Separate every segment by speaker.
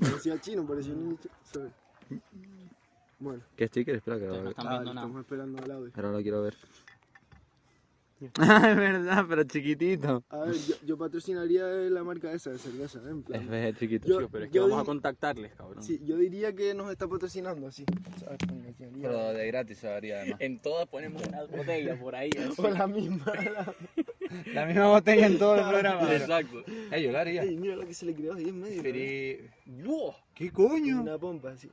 Speaker 1: Parecía chino, parecía un niño chino. Sorry. Bueno,
Speaker 2: ¿Qué sticker? Espera que lo
Speaker 3: Ustedes
Speaker 2: veo.
Speaker 3: no están
Speaker 1: dale,
Speaker 3: viendo nada.
Speaker 1: estamos esperando al audio.
Speaker 2: Ahora lo quiero ver. Ah, es verdad, pero chiquitito.
Speaker 1: A ver, yo, yo patrocinaría la marca esa de cerveza, ¿eh? en
Speaker 2: Es
Speaker 1: plan.
Speaker 2: verdad, chiquito.
Speaker 1: Yo-
Speaker 3: Tío, pero es que
Speaker 1: yo
Speaker 3: vamos
Speaker 1: di-
Speaker 3: a contactarles, cabrón.
Speaker 1: Sí, yo diría que nos está patrocinando así. ¿sabes? Patrocinaría.
Speaker 4: Pero de gratis se daría además.
Speaker 3: En todas ponemos una botella por ahí. así.
Speaker 1: O la misma. la-
Speaker 2: La misma botella en todo el programa.
Speaker 4: Exacto. Eh, yo lo haría.
Speaker 1: Ey, mira lo que se le creó ahí en medio. ¿no?
Speaker 4: Feri-
Speaker 3: ¡Wow!
Speaker 2: ¿Qué coño?
Speaker 1: Una pompa así.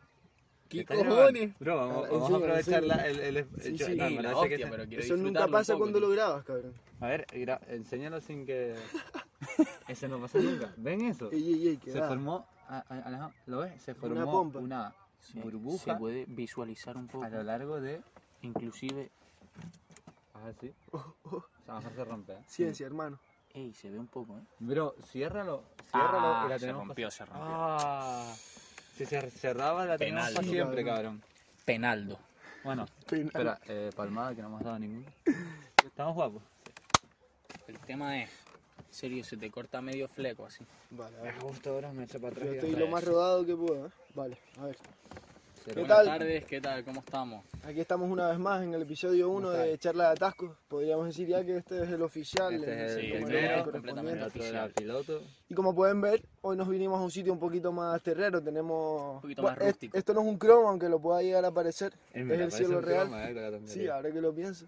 Speaker 3: ¿Qué
Speaker 4: ¿Estás grabando?
Speaker 3: cojones?
Speaker 4: Bro, vamos,
Speaker 1: Ah,
Speaker 4: vamos a
Speaker 1: enséñalo,
Speaker 4: aprovechar la, el...
Speaker 1: enséñalo.
Speaker 4: el,
Speaker 1: Sí,
Speaker 4: yo-
Speaker 1: sí.
Speaker 4: no,
Speaker 3: Sí,
Speaker 4: en
Speaker 3: la
Speaker 4: verdad sé que
Speaker 3: hostia,
Speaker 4: está-
Speaker 3: pero quiero
Speaker 1: Eso nunca pasa cuando lo
Speaker 3: grabo.
Speaker 1: grabas, cabrón.
Speaker 4: A ver, gra- enséñalo sin que... Eso no pasa nunca. ¿Ven eso?
Speaker 1: Ey, ey, ey, que
Speaker 4: Se
Speaker 1: da.
Speaker 4: formó... a- a- Alejandro, ¿Lo ves? Se formó
Speaker 1: pompa.
Speaker 4: una burbuja
Speaker 3: Se puede visualizar un poco.
Speaker 4: a lo largo de...
Speaker 3: Inclusive,
Speaker 4: Ajá, Ah, sí. O sea, ajá, se rompe. ¿eh?
Speaker 1: Ciencia, hermano.
Speaker 3: ey, se ve un poco, ¿eh?
Speaker 4: Bro, ciérralo. Ciérralo
Speaker 3: Ah,
Speaker 4: y la
Speaker 3: se
Speaker 4: tenemos...
Speaker 3: rompió, se
Speaker 4: pas-
Speaker 3: rompió.
Speaker 4: Ah, si se cerraba la tenemos
Speaker 3: Penal.
Speaker 4: para
Speaker 3: Sí,
Speaker 4: siempre,
Speaker 1: cabrón.
Speaker 4: cabrón.
Speaker 3: Penaldo.
Speaker 4: Bueno, espera, eh, palmada que no hemos dado ninguna. Estamos guapos.
Speaker 3: El tema es, en serio, se te corta medio fleco así.
Speaker 1: Vale, a ver.
Speaker 4: gusta ahora, me echo para
Speaker 1: Yo estoy lo más rodado que puedo, ¿eh? Vale, a ver. ¿Qué
Speaker 3: Buenas
Speaker 1: tal?
Speaker 3: tardes, ¿qué tal? ¿Cómo estamos?
Speaker 1: Aquí estamos una vez más en el episodio 1 de Charla de Atascos. Podríamos decir ya que este es el oficial.
Speaker 4: Este es el
Speaker 1: como
Speaker 4: primero,
Speaker 1: el
Speaker 3: completamente
Speaker 1: correspondiente.
Speaker 4: Otro era piloto.
Speaker 1: Y como pueden ver, hoy nos vinimos a un sitio un poquito más terrero. Tenemos.
Speaker 3: Un poquito más
Speaker 1: Bueno, es-
Speaker 3: rústico.
Speaker 1: esto no es un croma, aunque lo pueda llegar a parecer.
Speaker 4: Eh,
Speaker 1: es
Speaker 4: mira,
Speaker 1: el
Speaker 4: parece
Speaker 1: cielo
Speaker 4: un
Speaker 1: real.
Speaker 4: croma, eh, con la tontería.
Speaker 1: Sí, ahora que lo pienso.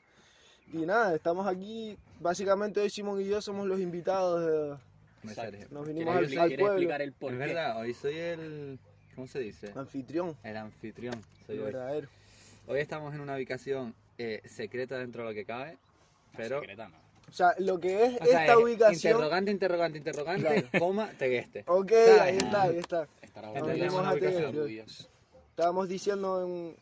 Speaker 1: Y nada, estamos aquí. Básicamente hoy Simón y yo somos los invitados.
Speaker 4: Me
Speaker 3: Exacto.
Speaker 4: sale.
Speaker 1: Nos
Speaker 3: ¿Quieres,
Speaker 1: vinimos al,
Speaker 3: explicar-
Speaker 1: al
Speaker 3: quieres
Speaker 1: pueblo.
Speaker 3: explicar el
Speaker 4: Es
Speaker 3: porqué?
Speaker 4: verdad, hoy soy el... ¿Cómo se dice?
Speaker 1: Anfitrión,
Speaker 4: El anfitrión. Soy
Speaker 1: lo
Speaker 4: hoy.
Speaker 1: verdadero.
Speaker 4: Hoy estamos en una ubicación eh, secreta dentro de lo que cabe. Pero...
Speaker 3: Secreta, no.
Speaker 1: O sea, lo que es
Speaker 4: o sea,
Speaker 1: esta
Speaker 4: es
Speaker 1: ubicación.
Speaker 4: Interrogante, interrogante, interrogante, coma, tegueste.
Speaker 1: Ok,
Speaker 4: Claro.
Speaker 1: ahí está, ahí está.
Speaker 3: Estará
Speaker 4: Entendemos
Speaker 3: bueno.
Speaker 4: la ubicación.
Speaker 3: Orgulloso.
Speaker 1: Estábamos diciendo en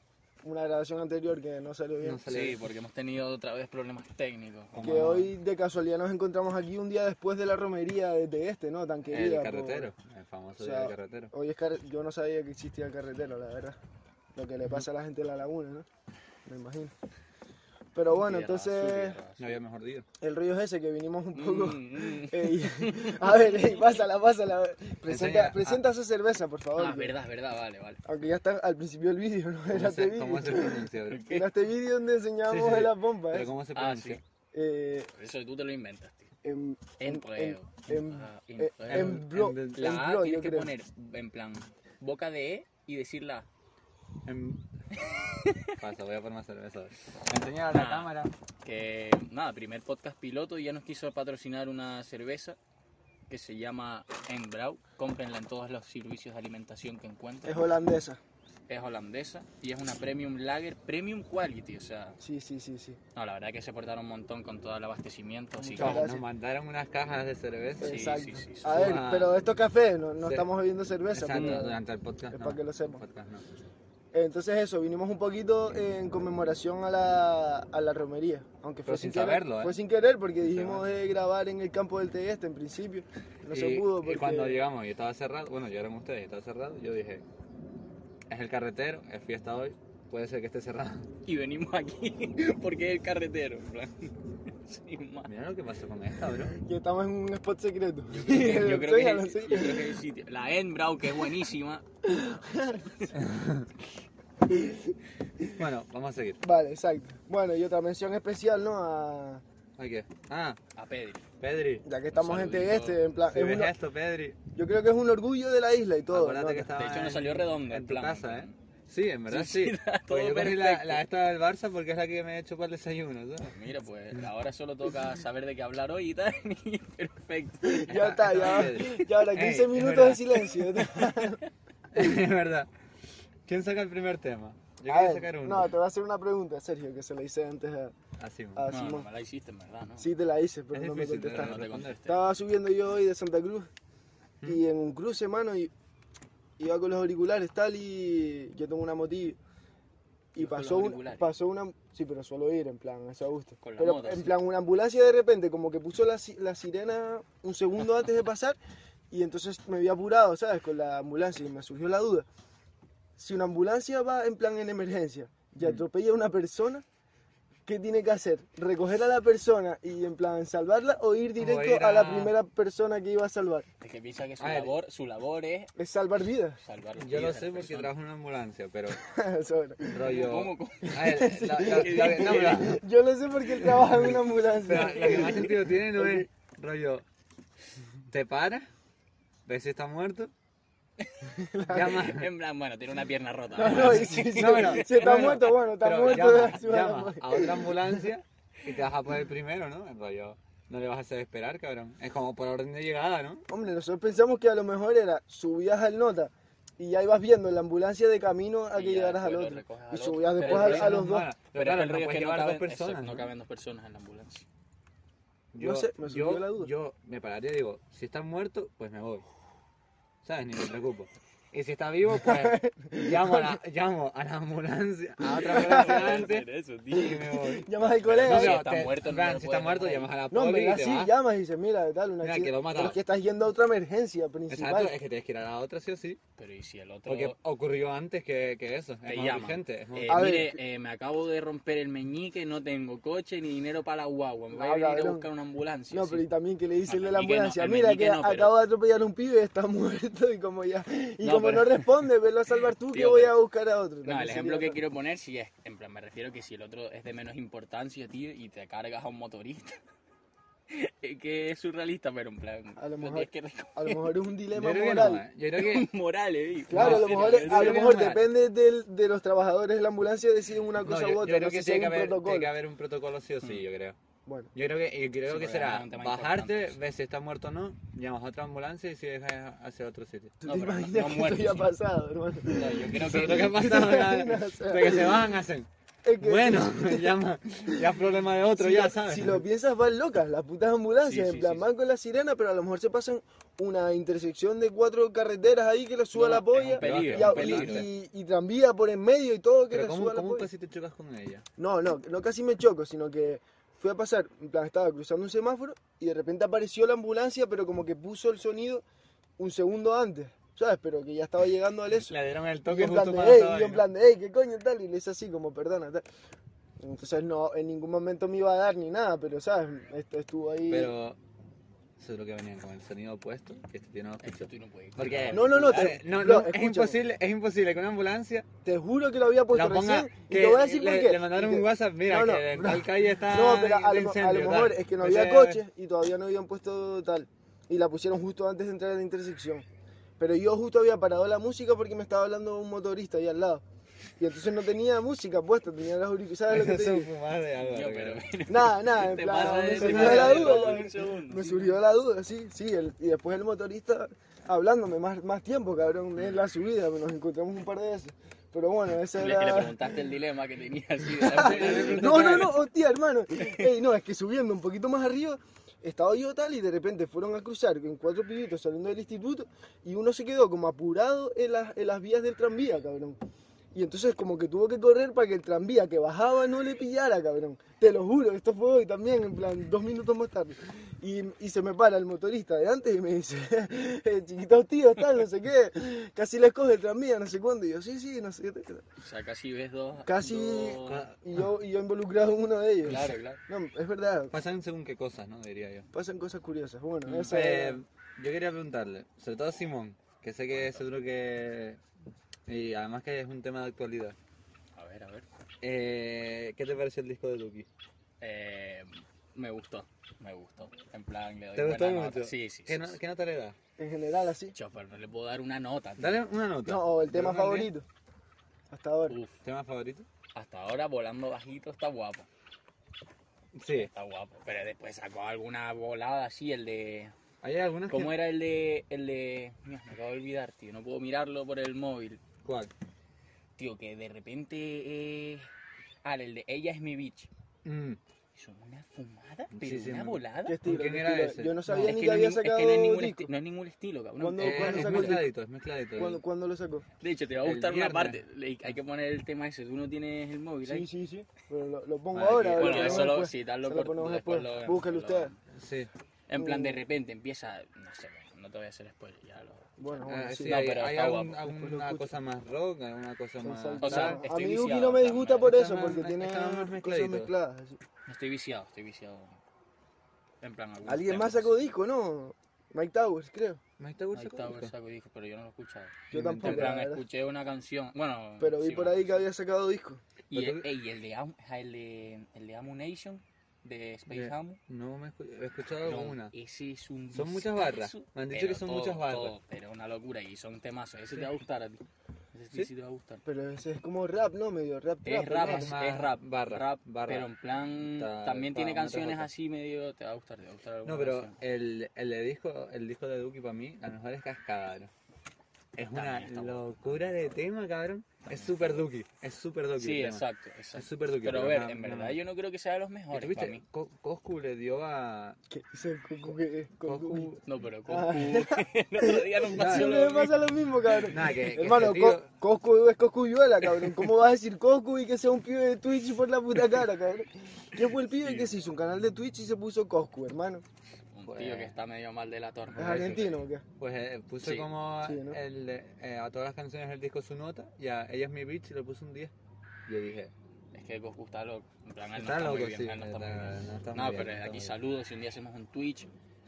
Speaker 1: una grabación anterior que no salió bien.
Speaker 4: No sale
Speaker 3: Sí,
Speaker 4: bien.
Speaker 3: porque hemos tenido otra vez problemas técnicos.
Speaker 4: Como-
Speaker 1: Que hoy de casualidad nos encontramos aquí un día después de la romería de, de este, ¿no? Tan querida.
Speaker 4: El
Speaker 1: por-
Speaker 4: carretero, el famoso
Speaker 1: O
Speaker 4: día
Speaker 1: sea,
Speaker 4: del carretero.
Speaker 1: Hoy es car- yo no sabía que existía el carretero, la verdad. Lo que le pasa a la gente de la laguna, ¿no? Me imagino. Pero bueno,
Speaker 3: Tierra azul,
Speaker 1: entonces
Speaker 3: tierra azul.
Speaker 4: No había mejor día.
Speaker 1: el río es ese que vinimos un poco.
Speaker 3: Mm, mm.
Speaker 1: Ey, a ver, ey, pásala, pásala. Presenta,
Speaker 4: Enseña- ah.
Speaker 1: presenta esa cerveza, por favor.
Speaker 3: Ah,
Speaker 1: que-
Speaker 3: verdad, verdad, vale, vale.
Speaker 1: Aunque ya está al principio del vídeo, ¿no? Era
Speaker 4: ¿Cómo
Speaker 1: este
Speaker 4: se,
Speaker 1: vídeo.
Speaker 4: cómo se pronuncia, bro?
Speaker 1: Era este vídeo donde enseñábamos
Speaker 4: Sí, sí,
Speaker 1: de
Speaker 4: sí.
Speaker 1: la pompa,
Speaker 4: Pero
Speaker 1: ¿eh?
Speaker 4: ¿cómo se
Speaker 3: Ah,
Speaker 4: pronuncia?
Speaker 1: Eh,
Speaker 3: Eso tú te lo inventas, tío.
Speaker 1: em-
Speaker 3: En
Speaker 1: em-
Speaker 3: prueba.
Speaker 1: em-
Speaker 3: Ah, en
Speaker 1: eh,
Speaker 3: prueba.
Speaker 1: em- bro-
Speaker 4: en-
Speaker 3: La
Speaker 1: em
Speaker 3: A
Speaker 1: bro, yo
Speaker 3: tienes que
Speaker 1: creo.
Speaker 3: poner en plan boca de E y decir la A.
Speaker 4: Em- Pasa, voy a poner más cerveza. Enseñar a la
Speaker 3: Ah.
Speaker 4: cámara.
Speaker 3: Que nada, primer podcast piloto y ya nos quiso patrocinar una cerveza que se llama Embrau. Cómprenla en todos los servicios de alimentación que encuentren.
Speaker 1: Es holandesa.
Speaker 3: Es holandesa y es una premium lager, premium quality. O sea,
Speaker 1: Sí, sí, sí, sí.
Speaker 3: no, la verdad que se portaron un montón con todo el abastecimiento. Así que,
Speaker 1: Muchas
Speaker 4: Nos
Speaker 1: gracias.
Speaker 4: mandaron unas cajas de cerveza.
Speaker 3: Sí,
Speaker 1: Exacto.
Speaker 3: sí, sí, sí.
Speaker 1: A ver,
Speaker 4: Ah.
Speaker 1: pero esto es café, no, no
Speaker 4: Sí.
Speaker 1: estamos bebiendo cerveza.
Speaker 4: Exacto,
Speaker 1: pero-
Speaker 4: durante el podcast.
Speaker 1: es
Speaker 4: no.
Speaker 1: para que lo sepan.
Speaker 4: El podcast no.
Speaker 1: Entonces eso, vinimos un poquito en conmemoración a la, a la romería. Aunque fue
Speaker 4: Pero
Speaker 1: sin,
Speaker 4: sin
Speaker 1: querer,
Speaker 4: saberlo, ¿eh?
Speaker 1: Fue sin querer porque dijimos
Speaker 4: saberlo.
Speaker 1: de grabar en el campo del Tegueste en principio. No se
Speaker 4: Y-
Speaker 1: pudo
Speaker 4: y
Speaker 1: porque...
Speaker 4: cuando llegamos y estaba cerrado, bueno, llegaron ustedes y estaba cerrado, yo dije, es el carretero, es fiesta hoy, puede ser que esté cerrado.
Speaker 3: y venimos aquí porque es el carretero. en plan, sin más.
Speaker 4: Mira lo que pasó con esta, bro.
Speaker 1: que estamos en un spot secreto.
Speaker 3: Yo creo, que
Speaker 1: Enséñalo,
Speaker 3: es el, yo
Speaker 1: enséñalo.
Speaker 3: creo que es el sitio. La Enbrau, que es buenísima.
Speaker 4: Bueno, vamos a seguir.
Speaker 1: Vale, exacto. Bueno, y otra mención especial, ¿no? A-
Speaker 4: Aquí. Ah,
Speaker 3: A Pedri.
Speaker 4: Pedri.
Speaker 1: ya que estamos en
Speaker 3: saludito.
Speaker 1: Tegueste, en plan...
Speaker 4: Si
Speaker 1: Ah, es
Speaker 4: ves
Speaker 1: una-
Speaker 4: esto, Pedri,
Speaker 1: yo creo que es un orgullo de la isla y todo.
Speaker 4: acuérdate
Speaker 1: ¿no?
Speaker 4: que estaba
Speaker 3: De hecho, nos salió redondo,
Speaker 4: Ah, en
Speaker 3: en
Speaker 4: tu
Speaker 3: plan.
Speaker 4: casa, ¿eh? Sí, en verdad sí.
Speaker 3: Sí, sí, da
Speaker 4: Porque
Speaker 3: todo
Speaker 4: yo cogí la,
Speaker 3: perfecto.
Speaker 4: la esta del Barça porque es la que me he hecho para el desayuno, ¿sabes?
Speaker 3: Mira, pues ahora solo toca saber de qué hablar hoy y tal. y perfecto.
Speaker 1: Ya está, ya,
Speaker 4: Pedri.
Speaker 1: ya ahora
Speaker 4: Ey,
Speaker 1: 15
Speaker 4: es
Speaker 1: minutos de
Speaker 4: verdad.
Speaker 1: silencio.
Speaker 4: es verdad. ¿Quién saca el primer tema? Yo
Speaker 1: A ver,
Speaker 4: quiero sacar uno.
Speaker 1: No, te voy a hacer una pregunta, Sergio, que se la hice antes a,
Speaker 4: Así. man.
Speaker 1: a
Speaker 3: No, no
Speaker 1: Simón.
Speaker 3: me la hiciste, en verdad, ¿no?
Speaker 1: Sí, te la hice, pero
Speaker 4: es
Speaker 1: no me
Speaker 4: difícil de
Speaker 1: contestaste.
Speaker 3: No te
Speaker 4: responder.
Speaker 3: contesté.
Speaker 1: Estaba subiendo yo hoy de Santa Cruz y en un cruce, mano, y iba con los auriculares tal y yo tengo una motillo. Y
Speaker 3: Ibas con
Speaker 1: pasó,
Speaker 3: los
Speaker 1: un,
Speaker 3: auriculares.
Speaker 1: pasó una... Sí, pero suelo ir, en plan, eso a gusto.
Speaker 3: Con la
Speaker 1: Pero
Speaker 3: moto,
Speaker 1: en
Speaker 3: sí.
Speaker 1: plan, una ambulancia de repente, como que puso la, si- la sirena un segundo antes de pasar y entonces me había apurado, ¿sabes? Con la ambulancia y me surgió la duda.
Speaker 4: Mm.
Speaker 1: Si una ambulancia va en plan en emergencia y atropella a una persona, ¿qué tiene que hacer? ¿Recoger a la persona y en plan salvarla o ir directo
Speaker 4: ir
Speaker 1: a... la
Speaker 4: a-
Speaker 1: primera persona que iba a salvar?
Speaker 3: Es que piensa que su
Speaker 4: A ver.
Speaker 3: labor, su labor es
Speaker 1: Es salvar vidas.
Speaker 3: salvar las
Speaker 4: Yo lo
Speaker 3: vidas de
Speaker 4: sé
Speaker 3: las
Speaker 4: porque
Speaker 3: personas.
Speaker 4: trabajo en una ambulancia, pero
Speaker 1: Eso era.
Speaker 4: rollo.
Speaker 3: ¿Cómo, cómo?
Speaker 4: A ver, la, la- la- no, pero-
Speaker 1: Yo lo sé porque él trabaja en una
Speaker 4: pero
Speaker 1: ambulancia.
Speaker 4: la que más sentido tiene no es rollo. Te paras, ves si está muerto, llamas.
Speaker 3: En plan, bueno, tiene una pierna rota.
Speaker 1: No, no, y si, si-
Speaker 4: No, pero-
Speaker 1: si está
Speaker 4: no, pero-
Speaker 1: muerto, bueno, está
Speaker 4: pero
Speaker 1: muerto de
Speaker 4: llama-
Speaker 1: la ciudad.
Speaker 4: llama a otra ambulancia y te vas a poner primero, ¿no? El rollo. No le vas a hacer esperar, cabrón. Es como por orden de llegada, ¿no?
Speaker 1: Hombre, nosotros pensamos que a lo mejor era subías al nota y ya ibas viendo en la ambulancia de camino a
Speaker 3: Y
Speaker 1: que
Speaker 3: ya
Speaker 1: llegaras al
Speaker 3: después lo
Speaker 1: otro.
Speaker 3: recoges al
Speaker 1: Y
Speaker 3: otro.
Speaker 1: subías
Speaker 3: Pero
Speaker 1: después
Speaker 3: el
Speaker 1: a,
Speaker 3: problema
Speaker 1: a los dos.
Speaker 4: Pero claro,
Speaker 3: el
Speaker 4: no
Speaker 3: rollo
Speaker 4: puedes
Speaker 3: es que
Speaker 4: llevar
Speaker 3: no
Speaker 4: a dos
Speaker 3: caben,
Speaker 4: personas.
Speaker 3: exacto, no
Speaker 4: ¿no?
Speaker 3: caben dos personas en la ambulancia.
Speaker 1: No sé, me surgió
Speaker 4: yo,
Speaker 1: la duda.
Speaker 4: Yo me pararía y digo, si está muerto, pues me voy. ¿Sabes? Ni me preocupo. Y si está vivo, pues llamo a la, llamo a la ambulancia, a otra ambulancia antes
Speaker 3: Eso, tío.
Speaker 4: y me voy.
Speaker 1: Llamas al
Speaker 4: No,
Speaker 1: colega.
Speaker 3: si
Speaker 4: pero
Speaker 3: está
Speaker 4: te-
Speaker 3: muerto, no
Speaker 4: Fran,
Speaker 3: lo
Speaker 4: si está
Speaker 3: puedes
Speaker 4: muerto,
Speaker 3: dejar ahí.
Speaker 4: llamas a la
Speaker 1: No, en
Speaker 4: poli y
Speaker 1: verdad
Speaker 4: te
Speaker 1: sí,
Speaker 4: vas.
Speaker 1: llamas y dices, mira, tal, una
Speaker 4: Mira, que lo mataron.
Speaker 1: Pero es que estás yendo a otra emergencia principal.
Speaker 4: Exacto, es que tienes que ir a la otra sí o sí.
Speaker 3: Pero y si el otro
Speaker 4: Porque ocurrió antes que, que eso. Es
Speaker 3: te
Speaker 4: más
Speaker 3: llama.
Speaker 4: urgente. es más-
Speaker 3: Eh,
Speaker 1: A
Speaker 3: mire, eh, me acabo de romper el meñique, no tengo coche ni dinero para la guagua. Me voy
Speaker 1: No,
Speaker 3: a venir a
Speaker 1: cabrón.
Speaker 3: buscar una ambulancia.
Speaker 1: No,
Speaker 3: sí.
Speaker 1: pero y también que le dice el de la
Speaker 3: Al meñique no,
Speaker 1: ambulancia,
Speaker 3: al
Speaker 1: mira
Speaker 3: meñique
Speaker 1: que
Speaker 3: no, pero-
Speaker 1: acabo de atropellar a un pibe, está muerto y como ya y
Speaker 3: No,
Speaker 1: como
Speaker 3: pero-
Speaker 1: no responde, velo a salvar tú que
Speaker 3: Tío,
Speaker 1: voy
Speaker 3: pero-
Speaker 1: a buscar a otro.
Speaker 3: No,
Speaker 1: También
Speaker 3: el
Speaker 1: sería
Speaker 3: ejemplo que
Speaker 1: otra-
Speaker 3: quiero poner sí es, en plan, me refiero que si el otro es de menos importancia, tío, y te cargas a un motorista. es que es surrealista, pero en plan,
Speaker 1: A lo
Speaker 3: no
Speaker 1: mejor-
Speaker 3: tienes que recordar
Speaker 1: A lo mejor es un
Speaker 4: Yo
Speaker 1: dilema
Speaker 4: creo que
Speaker 1: moral.
Speaker 4: no, ¿eh? Yo creo que.
Speaker 3: morales, tío.
Speaker 1: Claro, a
Speaker 3: eh, No,
Speaker 1: lo
Speaker 3: sí,
Speaker 1: mejor,
Speaker 3: pero-
Speaker 1: a lo
Speaker 4: creo que
Speaker 1: mejor
Speaker 4: no, eh.
Speaker 1: depende del- de los trabajadores de la ambulancia deciden una
Speaker 4: no,
Speaker 1: cosa
Speaker 4: yo,
Speaker 1: u
Speaker 4: yo
Speaker 1: otra, no
Speaker 4: creo
Speaker 1: sé
Speaker 4: que
Speaker 1: si hay
Speaker 4: tiene que
Speaker 1: un
Speaker 4: haber, tiene
Speaker 1: protocolo.
Speaker 4: que haber un protocolo sí o
Speaker 3: Mm.
Speaker 4: sí, yo creo.
Speaker 1: Bueno,
Speaker 4: Yo creo que, yo creo
Speaker 3: Sí,
Speaker 4: que
Speaker 3: porque
Speaker 4: será
Speaker 3: es un tema
Speaker 4: bajarte,
Speaker 3: importante.
Speaker 4: ves si está muerto o no, llamas a otra ambulancia y si dejas hacia otro sitio.
Speaker 1: tú
Speaker 3: No,
Speaker 1: te
Speaker 3: pero no-
Speaker 1: imaginas
Speaker 3: no
Speaker 1: que
Speaker 3: muerto,
Speaker 1: esto ya ha
Speaker 3: sí.
Speaker 1: pasado, hermano.
Speaker 3: No, yo creo
Speaker 4: Pero lo que
Speaker 3: que...
Speaker 4: ha pasado nada,
Speaker 1: No, o sea.
Speaker 4: de que se van, hacen.
Speaker 1: Es que-
Speaker 4: Bueno, llama, ya es problema de otro,
Speaker 1: si
Speaker 4: ya
Speaker 1: lo-
Speaker 4: sabes.
Speaker 1: Si lo piensas, van locas las putas ambulancias.
Speaker 3: Sí,
Speaker 1: en
Speaker 3: sí,
Speaker 1: plan,
Speaker 3: sí,
Speaker 1: van con la sirena, pero a lo mejor se pasan una intersección de cuatro carreteras ahí que lo suba
Speaker 3: No,
Speaker 1: la
Speaker 3: es un
Speaker 1: polla.
Speaker 3: peligro,
Speaker 1: y,
Speaker 3: es
Speaker 1: a-
Speaker 3: un peligro. eh.
Speaker 1: y- y- y tranvía por en medio y todo que
Speaker 4: Pero
Speaker 1: le
Speaker 4: ¿cómo,
Speaker 1: suba la
Speaker 4: cómo
Speaker 1: polla.
Speaker 4: casi te chocas con ella?
Speaker 1: No, no, no casi me choco, sino que fui a pasar, en plan, estaba cruzando un semáforo y de repente apareció la ambulancia, pero como que puso el sonido un segundo antes, ¿sabes? Pero que ya estaba llegando al eso.
Speaker 4: Le dieron el
Speaker 1: Y yo
Speaker 4: toque
Speaker 1: en plan
Speaker 4: justo
Speaker 1: de,
Speaker 4: cuando
Speaker 1: "Ey",
Speaker 4: estaba
Speaker 1: y yo
Speaker 4: ahí,
Speaker 1: en
Speaker 4: ¿no?
Speaker 1: plan de, "Ey, qué coño tal, y le hice así como, perdona, tal. Entonces no, en ningún momento me iba a dar ni nada, pero sabes, Est- estuvo ahí.
Speaker 4: Pero eso es lo que venían con el sonido opuesto, que este tiene dos
Speaker 3: Es que
Speaker 4: pichos.
Speaker 3: tú no puedes.
Speaker 4: Porque
Speaker 1: No, no, no,
Speaker 4: a
Speaker 1: te-
Speaker 4: ver, no,
Speaker 1: bro,
Speaker 4: no, es
Speaker 1: escúchame.
Speaker 4: imposible, es imposible que una ambulancia
Speaker 1: Te juro que lo había puesto
Speaker 4: la ponga
Speaker 1: recién, y
Speaker 4: que
Speaker 1: Pues te voy a decir
Speaker 4: le,
Speaker 1: por qué.
Speaker 4: le mandaron
Speaker 1: Y te-
Speaker 4: un WhatsApp, mira
Speaker 1: No, no,
Speaker 4: que en
Speaker 1: bro.
Speaker 4: tal calle está
Speaker 1: No, pero a lo,
Speaker 4: el
Speaker 1: mo- a
Speaker 4: incendio, Pues
Speaker 1: lo
Speaker 4: tal.
Speaker 1: mejor es que no había
Speaker 4: Ese-
Speaker 1: coches y todavía no habían puesto tal. Y la pusieron justo antes de entrar a la intersección. Pero yo justo había parado la música porque me estaba hablando un motorista ahí al lado. Y entonces no tenía música puesta, tenía las auriculares. ¿Sabes lo que te
Speaker 4: Eso es
Speaker 1: digo?
Speaker 4: fumar de algo.
Speaker 3: Yo,
Speaker 4: creo.
Speaker 3: pero...
Speaker 1: Nada, nada, Ah, en
Speaker 3: Te
Speaker 1: plan,
Speaker 3: pasa
Speaker 1: me
Speaker 3: de- te
Speaker 1: surgió
Speaker 3: pasa
Speaker 1: la
Speaker 3: de todo en
Speaker 1: duda.
Speaker 3: un segundo,
Speaker 1: Me
Speaker 3: sí.
Speaker 1: surgió la duda, sí, sí. el- y después el motorista hablándome más, más tiempo, cabrón, en la subida. Nos encontramos un par de veces. Pero bueno, esa
Speaker 3: Le,
Speaker 1: era...
Speaker 3: le preguntaste el dilema que tenía así de la
Speaker 1: No, no, no, hostia, hermano. Ey, no, es que subiendo un poquito más arriba, estaba yo tal y de repente fueron a cruzar con cuatro pibitos saliendo del instituto y uno se quedó como apurado en las, en las vías del tranvía, cabrón. Y entonces como que tuvo que correr para que el tranvía que bajaba no le pillara, cabrón. Te lo juro, esto fue hoy también, en plan, dos minutos más tarde. Y, y se me para el motorista de antes y me dice, "Eh, chiquitos tíos, tal, no sé qué. Casi les coge el tranvía, no sé cuándo. Y yo, sí, sí, no sé qué. tal".
Speaker 3: O sea, casi ves dos...
Speaker 1: Casi-
Speaker 3: dos-
Speaker 1: Y yo, y yo involucrado en uno de ellos.
Speaker 3: Claro, claro.
Speaker 1: No, es verdad,
Speaker 4: Pasan según qué cosas, ¿no? Diría yo.
Speaker 1: pasan cosas curiosas.
Speaker 3: Mm.
Speaker 1: Bueno, eso.
Speaker 4: Eh, yo quería preguntarle, sobre todo a Simón, que sé que seguro que... Y además que es un tema de actualidad.
Speaker 3: A ver, a ver.
Speaker 4: Eh, ¿Qué te pareció el disco de Duki?
Speaker 3: Eh, me gustó, me gustó. En plan, le doy
Speaker 4: ¿Te gustó
Speaker 3: buena
Speaker 4: mucho?
Speaker 3: nota. Sí, sí,
Speaker 4: ¿Qué,
Speaker 3: sí,
Speaker 4: no-
Speaker 3: sí.
Speaker 4: qué nota le das?
Speaker 1: en general, así.
Speaker 3: Yo, pero no le puedo dar una nota. tío.
Speaker 4: Dale una nota.
Speaker 1: No, o el
Speaker 4: Del
Speaker 1: tema
Speaker 4: uno al diez.
Speaker 1: favorito. Hasta ahora.
Speaker 3: Uf,
Speaker 4: ¿Tema favorito?
Speaker 3: hasta ahora volando bajito está guapo.
Speaker 4: Sí.
Speaker 3: Está guapo. Pero después sacó alguna volada así, el de.
Speaker 4: ¿Hay algunas
Speaker 3: ¿Cómo
Speaker 4: que...
Speaker 3: era el de. el de. Mira, me acabo de olvidar, tío. No puedo mirarlo por el móvil.
Speaker 4: ¿Cuál?
Speaker 3: Tío, que de repente. Eh... Ah, el de Ella es mi bitch.
Speaker 4: Mm.
Speaker 3: Son una fumada,
Speaker 4: Sí,
Speaker 3: pero
Speaker 4: sí,
Speaker 3: una
Speaker 4: me-
Speaker 3: volada.
Speaker 1: ¿Qué estilo?
Speaker 4: quién
Speaker 1: qué
Speaker 4: era
Speaker 1: estilo?
Speaker 4: ese?
Speaker 1: Yo no
Speaker 3: No,
Speaker 1: sabía
Speaker 3: es
Speaker 1: ni que
Speaker 3: que no,
Speaker 1: había
Speaker 3: es ningún- es que no es
Speaker 1: sacado
Speaker 3: ningún,
Speaker 1: disco.
Speaker 3: esti- no es ningún estilo, cabrón.
Speaker 1: ¿Cuándo-
Speaker 4: Eh,
Speaker 1: cuándo
Speaker 4: es
Speaker 1: sacó el disco?
Speaker 4: mezcladito, es mezcladito. el-
Speaker 1: ¿Cuándo, cuándo lo sacó?
Speaker 3: De hecho, te va a
Speaker 4: El
Speaker 3: gustar una
Speaker 4: viernes.
Speaker 3: parte. Le- Hay que poner el tema ese. Tú no tienes el móvil ahí.
Speaker 1: Sí, sí, sí. Pero lo, lo pongo
Speaker 4: Vale,
Speaker 1: ahora.
Speaker 4: aquí-
Speaker 1: a ver,
Speaker 3: Bueno,
Speaker 1: lo
Speaker 3: eso
Speaker 1: ponemos
Speaker 3: lo,
Speaker 1: después.
Speaker 3: sí, tal,
Speaker 1: Se
Speaker 3: lo
Speaker 1: lo
Speaker 3: corto-
Speaker 1: ponemos
Speaker 3: después
Speaker 1: después.
Speaker 3: lo vemos,
Speaker 4: eh,
Speaker 1: Búsquelo
Speaker 3: lo vemos.
Speaker 1: ustedes.
Speaker 4: Sí.
Speaker 3: En plan, de repente empieza, no sé, no no te voy a hacer spoiler. Ya lo...
Speaker 1: Bueno,
Speaker 4: Ah,
Speaker 1: bueno,
Speaker 4: sí,
Speaker 1: sí.
Speaker 3: no,
Speaker 4: hay,
Speaker 3: pero
Speaker 4: hay
Speaker 3: está
Speaker 4: algún-
Speaker 3: guapo.
Speaker 1: Después lo
Speaker 4: alguna
Speaker 1: escucho.
Speaker 4: cosa más rock, alguna cosa más...
Speaker 3: O sea,
Speaker 1: Sensacional. a
Speaker 3: estoy
Speaker 1: mí Duki
Speaker 3: viciado,
Speaker 1: no me disgusta
Speaker 3: está
Speaker 1: por
Speaker 4: mal.
Speaker 1: eso,
Speaker 4: Está
Speaker 1: porque
Speaker 4: más-
Speaker 1: tiene
Speaker 4: está más
Speaker 1: cosas
Speaker 4: mezcladito.
Speaker 1: mezcladas. así.
Speaker 3: Estoy viciado, estoy viciado. En plan, algunos
Speaker 1: Alguien más
Speaker 3: temas.
Speaker 1: sacó disco, ¿no? Mike Towers, creo.
Speaker 4: Mike Tower
Speaker 3: Ahí
Speaker 4: sacó
Speaker 3: está,
Speaker 4: disco.
Speaker 3: Versaco dijo, pero yo no lo he escuchado.
Speaker 1: Yo
Speaker 4: Inventado.
Speaker 1: tampoco.
Speaker 3: En
Speaker 1: la
Speaker 3: plan,
Speaker 1: verdad.
Speaker 3: escuché una canción. Bueno,
Speaker 1: Pero vi
Speaker 3: sí,
Speaker 1: por
Speaker 3: bueno.
Speaker 1: ahí que había sacado disco.
Speaker 3: Y
Speaker 4: Pero
Speaker 3: el,
Speaker 4: tú-
Speaker 3: ey, el de Am- el de, el de Amu Nation, de Space
Speaker 4: Ya.
Speaker 3: Amu.
Speaker 4: No, me he escu- he escuchado
Speaker 3: no,
Speaker 4: una.
Speaker 3: Ese es un.
Speaker 4: Son muchas
Speaker 3: discazo,
Speaker 4: barras. Me han dicho
Speaker 3: pero
Speaker 4: que son
Speaker 3: todo,
Speaker 4: muchas barras.
Speaker 3: todo, pero una locura y son temazos. Ese te va a gustar a ti. Ese sí,
Speaker 4: ¿Sí?
Speaker 3: sí te va a gustar.
Speaker 1: Pero ese es como rap, ¿no? Medio rap.
Speaker 3: Es
Speaker 1: trap,
Speaker 3: rap,
Speaker 1: ¿no?
Speaker 4: es
Speaker 3: es,
Speaker 4: más
Speaker 3: es rap,
Speaker 4: barra,
Speaker 3: rap,
Speaker 4: barra.
Speaker 3: pero en plan
Speaker 4: Está-
Speaker 3: también
Speaker 4: está
Speaker 3: tiene
Speaker 4: una
Speaker 3: canciones
Speaker 4: cosa.
Speaker 3: así medio, te va a gustar, te va a gustar alguna
Speaker 4: No, pero
Speaker 3: canción.
Speaker 4: el, el, de disco, el disco de Duki para mí, la mejor es Cascadero. Es una
Speaker 3: También está bueno.
Speaker 4: locura de tema, cabrón. Es super Duki, es super Duki.
Speaker 3: Sí,
Speaker 4: el tema.
Speaker 3: exacto,
Speaker 4: Es
Speaker 3: exacto.
Speaker 4: super Duki.
Speaker 3: Pero a ver,
Speaker 4: no-
Speaker 3: en
Speaker 4: no-
Speaker 3: verdad yo no creo que sea de los mejores para mí.
Speaker 4: ¿Estuviste? Co- Coscu le dio a.
Speaker 1: Que dice Coco que es Coco.
Speaker 4: Coscu.
Speaker 3: No, pero
Speaker 1: Ah.
Speaker 3: Coscu. el otro día nos pasó
Speaker 1: Siempre
Speaker 3: lo
Speaker 1: me Ah, pasa lo mismo, cabrón.
Speaker 4: Nada, que, que
Speaker 1: Hermano,
Speaker 4: este tío-
Speaker 1: Co- Coscu es Coscuyuela, cabrón. ¿Cómo vas a decir Coscu y que sea un pibe de Twitch por la puta cara, cabrón? ¿Quién fue el pibe que se hizo un canal de Twitch y se puso Coscu, hermano?
Speaker 3: Un tío que está medio mal de la
Speaker 1: ¿Es
Speaker 3: torre.
Speaker 1: argentino o qué?
Speaker 4: Pues eh, puso
Speaker 3: Sí.
Speaker 4: como
Speaker 1: Sí, ¿no?
Speaker 4: el, eh, a todas las canciones del disco su nota y a Ella es mi bitch le puso un 10. Yo dije,
Speaker 3: Es que Coscu está loco. En plan, él no
Speaker 4: está
Speaker 3: Ah, está
Speaker 4: loco,
Speaker 3: muy bien.
Speaker 4: sí.
Speaker 3: él no está muy bien.
Speaker 4: está- no está muy
Speaker 3: No,
Speaker 4: bien,
Speaker 3: pero
Speaker 4: está
Speaker 3: aquí
Speaker 4: muy bien.
Speaker 3: saludos. Si un día hacemos un Twitch,